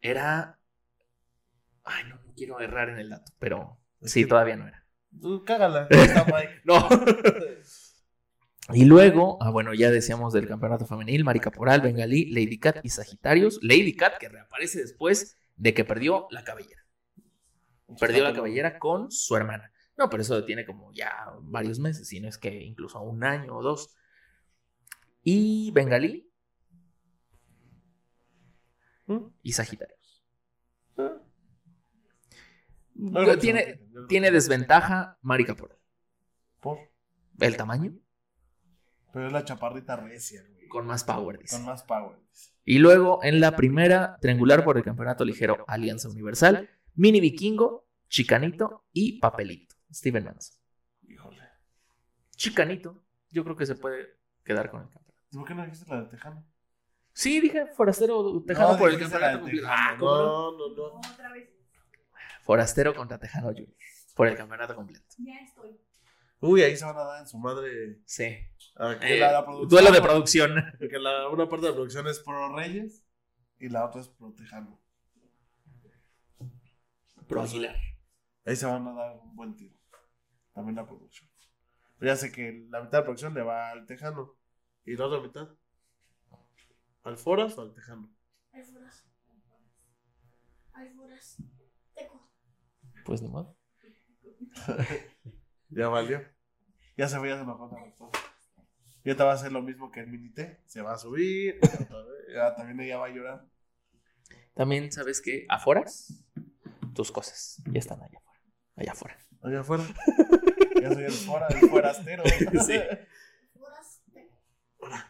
Era. Ay, no, no quiero errar en el dato, pero Es sí, que- todavía no era. Tú cágala. ahí está Mike. No. Y luego, ah, bueno, ya decíamos del campeonato femenil: Mari Caporal, Bengalí, Lady Cat y Sagitarios. Lady Cat que reaparece después de que perdió la cabellera. Perdió la cabellera con su hermana. No, pero eso tiene como ya varios meses, si no es que incluso un año o dos. y Bengalí ¿Mm? y Sagitarios. Ah. Lo Tiene, tiene desventaja Mari Caporal. Por. El tamaño Pero es la chaparrita recia, güey. con más power, dice. Con más power. dice. Y luego en la primera triangular por el campeonato ligero Alianza Universal, Mini Vikingo, Chicanito y Papelito. Steven Manson. Híjole. Chicanito, yo creo que se puede quedar con el campeonato. ¿Por qué no dijiste la de Tejano? Sí, dije forastero tejano No, por el dijiste la de campeonato. completo. Tejano. Ah, ¿cómo no? no, no, no. Otra vez. Forastero contra Tejano Junior por el campeonato completo. Ya estoy. Uy, ahí se van a dar en su madre. Sí. a que Eh, la- la producción- duelo de producción. Porque la, una parte de la producción es pro Reyes y la otra es pro Tejano. Pro Aguilar. Ahí se van a dar un buen tiro. También la producción. Pero ya sé que la mitad de la producción le va al Tejano. Y la otra mitad. ¿Al Foras o al Tejano? Hay furas. Hay furas. Teco. Pues ni modo. Ya valió. Ya se fue, ya se enojó la doctora. Y ahorita va a hacer lo mismo que el minite. Se va a subir. y otra vez. Ya, también ella va a llorar. También sabes que afuera tus cosas ya están allá afuera. Allá afuera. Allá afuera. Ya soy el fuera, el forastero. Sí. Furas. Teco. Furas.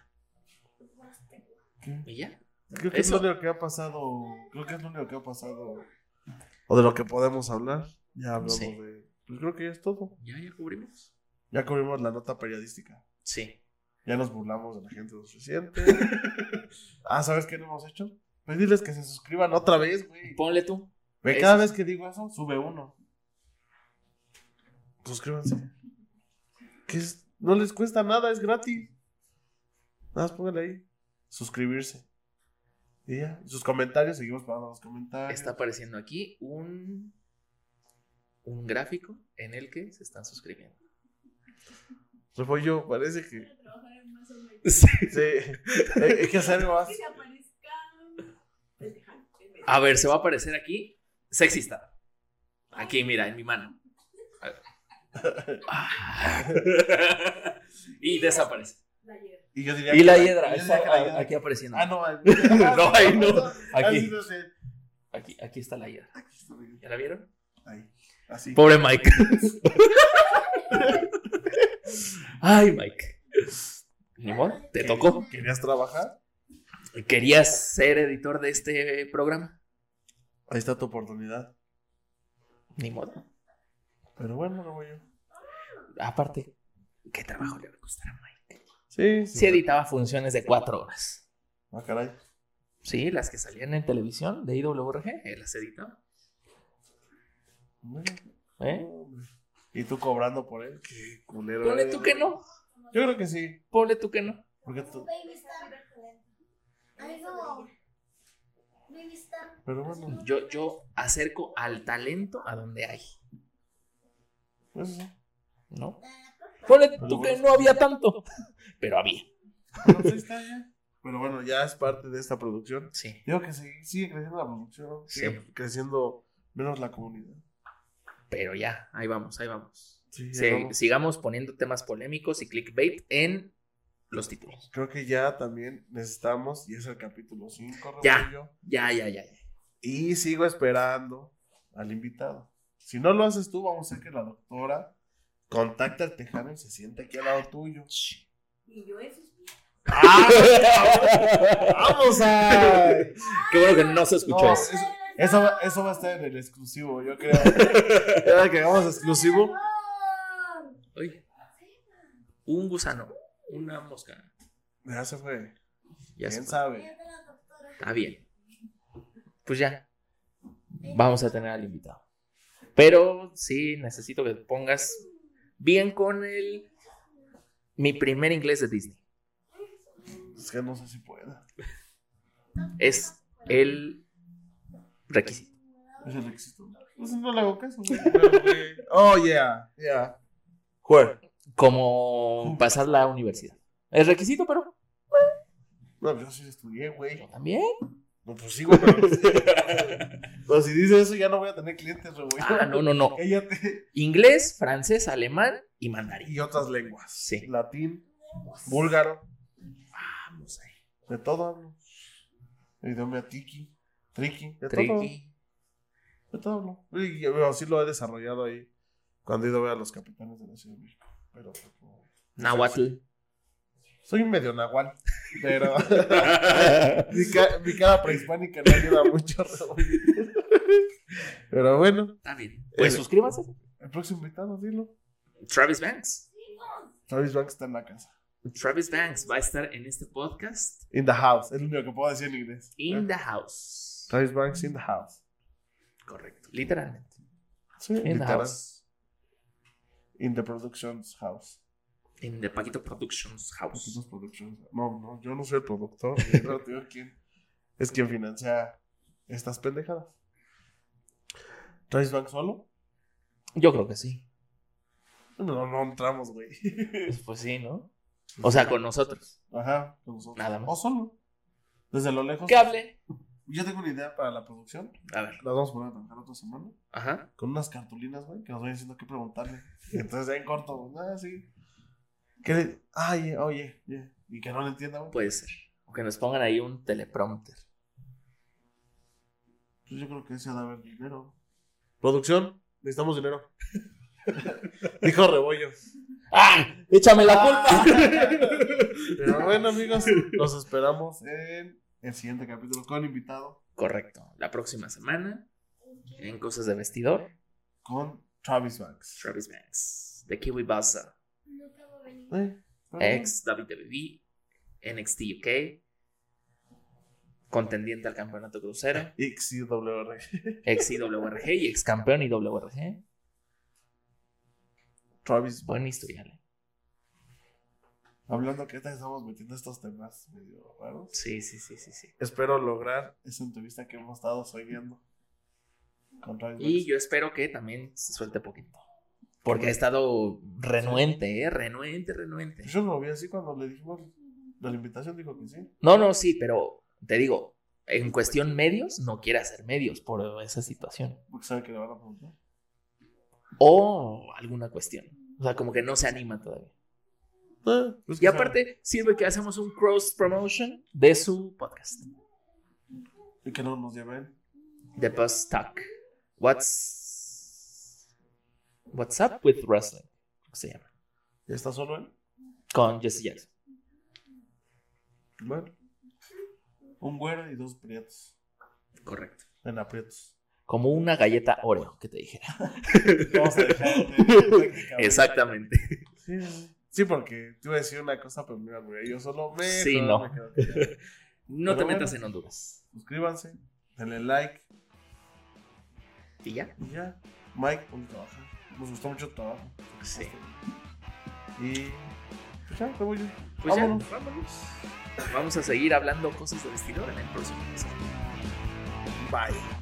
Teco. ¿Y ya? Creo que es Eso. lo único que ha pasado. Creo que es lo único que ha pasado. O de lo que podemos hablar. Ya hablamos Sí. de. Pues creo que ya es todo. ¿Ya, ya cubrimos? Ya cubrimos la nota periodística. Sí. Ya nos burlamos de la gente lo suficiente. ah, ¿sabes qué no hemos hecho? Pedirles que se suscriban otra vez, güey. Ponle tú. Ve, Eso. cada vez que digo eso, sube uno. Suscríbanse. Que es- no les cuesta nada, es gratis. Nada más pónganle ahí. Suscribirse. Y ya. Sus comentarios, seguimos pagando los comentarios. Está apareciendo aquí un, un gráfico en el que se están suscribiendo. Repollo, parece que. Quiero trabajar en más o menos. Sí. Hay, hay que hacer más. Que se aparezcan. El tejano. el verde. A Ah, ver, se va a aparecer aquí sexista. Aquí, mira, en mi mano. A ver. Ah. y desaparece. De ayer. Y yo diría Y la yo hiedra, diría que la hiedra- aquí apareciendo. Ah, no, ahí- No, ahí no. Así Aquí, no sé. aquí, aquí está la hiedra. ¿Ya la vieron? Ahí. Así. Pobre Mike. Ay, Mike. Ni modo, te tocó. ¿Querías trabajar? ¿Querías ser editor de este programa? Ahí está tu oportunidad. Ni modo. Pero bueno, Repollo. Aparte, ¿qué trabajo le va a costar a Mike? Sí, Sí editaba funciones de cuatro horas. Ah, caray. Sí, las que salían en televisión de IWRG, él eh, las editaba. Bueno. ¿eh? Y tú cobrando por él, qué culero. eh, Ponle eres. tú que no, Yo creo que sí. ponle tú que no. Porque tú... Baby Star. I know. Baby Star. Pero bueno, Yo, yo acerco al talento a donde hay, eso sí. ¿no? Ponle tú bueno. que no había tanto, pero había. Bueno, pues ahí está ya. Pero bueno, ya es parte de esta producción. Sí, Digo que sí, sigue creciendo la producción, sigue creciendo menos la comunidad. pero ya, ahí vamos, ahí vamos. Sí, Sí, vamos. sigamos poniendo temas polémicos y clickbait en los títulos. Creo que ya también necesitamos, y es el capítulo 5, Ya. Ya, ya, ya. ya. Y sigo esperando al invitado. Si no lo haces tú, vamos a hacer que la doctora contacte al tejano y se siente aquí al lado tuyo. Ch. Y yo he suspirado. ¡Vamos a! Qué bueno que no se escuchó No, eso. es- Eso, va- eso va a estar en el exclusivo, yo creo. Era que hagamos exclusivo. Oye, un gusano, una mosca. Ya se fue. Ya se ¿Quién fue. sabe? Está bien. Pues ya. Vamos a tener al invitado. Pero sí, necesito que te pongas bien con el. Mi primer inglés de Disney. Es que no sé si pueda. Es el requisito. Es el éxito. Pues no le hago caso. oh, yeah. Yeah. Juer. Como pasar la universidad. Es requisito, pero No, yo sí estudié, güey. yo también. No, pues sí, güey. Pero, pero si dices eso, ya no voy a tener clientes, güey. Ah, no, no, no. Cállate. Inglés, francés, alemán y mandarín. Y otras lenguas. Sí. Ah, Latín, búlgaro. Vamos ahí. De todo hablo. El idioma a Tiki, Triki, de todo. Tricky. De todo hablo. Y yo veo, sí lo he desarrollado ahí cuando he ido a ver a los capitanes de la Ciudad de México. Pero como- Nahuatl. Soy medio nahual, pero mi, ca- mi cara prehispánica no ayuda mucho. pero bueno, Está bien. Pues Eh, suscríbanse. el próximo invitado, dilo. Travis Banks. Travis Banks está en la casa. Travis Banks va a estar en este podcast. In the house, es lo único que puedo decir en inglés. In the house. Travis Banks in the house. Correcto. Literalmente. Sí, In the literal. house. In the production's house. In the Paquito Productions house. Nosotros productions. No, no, yo no soy el productor. yo no te digo quién es quien financia estas pendejadas. ¿Travis Banks solo? Yo creo que sí. No, no entramos, güey. Pues sí, ¿no? O sea, con nosotros. Ajá, con nosotros. Nada más. O solo. Desde lo lejos. Que hable. Yo tengo una idea para la producción. A ver. Las vamos a poner a trabajar otra semana. Ajá. Con unas cartulinas, güey, que nos vayan diciendo qué preguntarle. Y Entonces, ya en corto, ah, sí. Que le... Ah, yeah, oh, yeah, yeah. Y que no le entienda, güey. Pues, Puede ser. O que nos pongan ahí un teleprompter. Pues yo creo que se ha de haber dinero. Producción, necesitamos dinero. Dijo Rebollo. ¡Ah! ¡Échame la Pero bueno, amigos, los esperamos en el siguiente capítulo con invitado, Correcto. La próxima semana en cosas de vestidor, con Travis Banks. Travis Banks, de Kiwi Baza, Nunca va a venir. Eh, pero ex WWE, NXT UK, contendiente al campeonato crucero, bueno. XCWR. ex IWRG y ex campeón IWRG. Travis Banks. Buen historial. ¿eh? Hablando que ahorita estamos metiendo estos temas medio raros. Sí, sí, sí, sí, sí. Espero lograr esa entrevista que hemos estado soñando con Travis Y Banks. yo espero que también se suelte poquito. Porque ha estado renuente, ¿eh? Renuente, renuente. Yo no lo vi así cuando le dijimos la invitación, dijo que sí. No, no, sí, pero te digo, en cuestión medios, no quiere hacer medios por esa situación. Porque sabe que le van a preguntar. O alguna cuestión. O sea, como que no se anima todavía. Ah, pues Y aparte, sirve que hacemos un cross promotion Pues de su podcast, Y que no nos lleven. The Buzz Talk. What's. What's up with wrestling? ¿Cómo se llama? ¿Ya está solo él? Con Jesse Jackson. Bueno. Un güero y dos prietos. Correcto. En aprietos. Como una galleta Oreo, que te dijera. Vamos a dejar de- técnicamente. Exactamente. Sí, sí. Sí, porque te iba a decir una cosa, pero mira, güey, yo solo me. Sí, solo no. me quedo callado. No te Pero bueno. metas en Honduras. Suscríbanse, denle like ¿Y ya? y ya. Mike, un trabajo. Nos gustó mucho tu trabajo. Sí. Y. Pues ya, te voy yo. Pues ya, Vámonos. vámonos. Vamos a seguir hablando cosas de vestidor en el próximo episodio. Bye.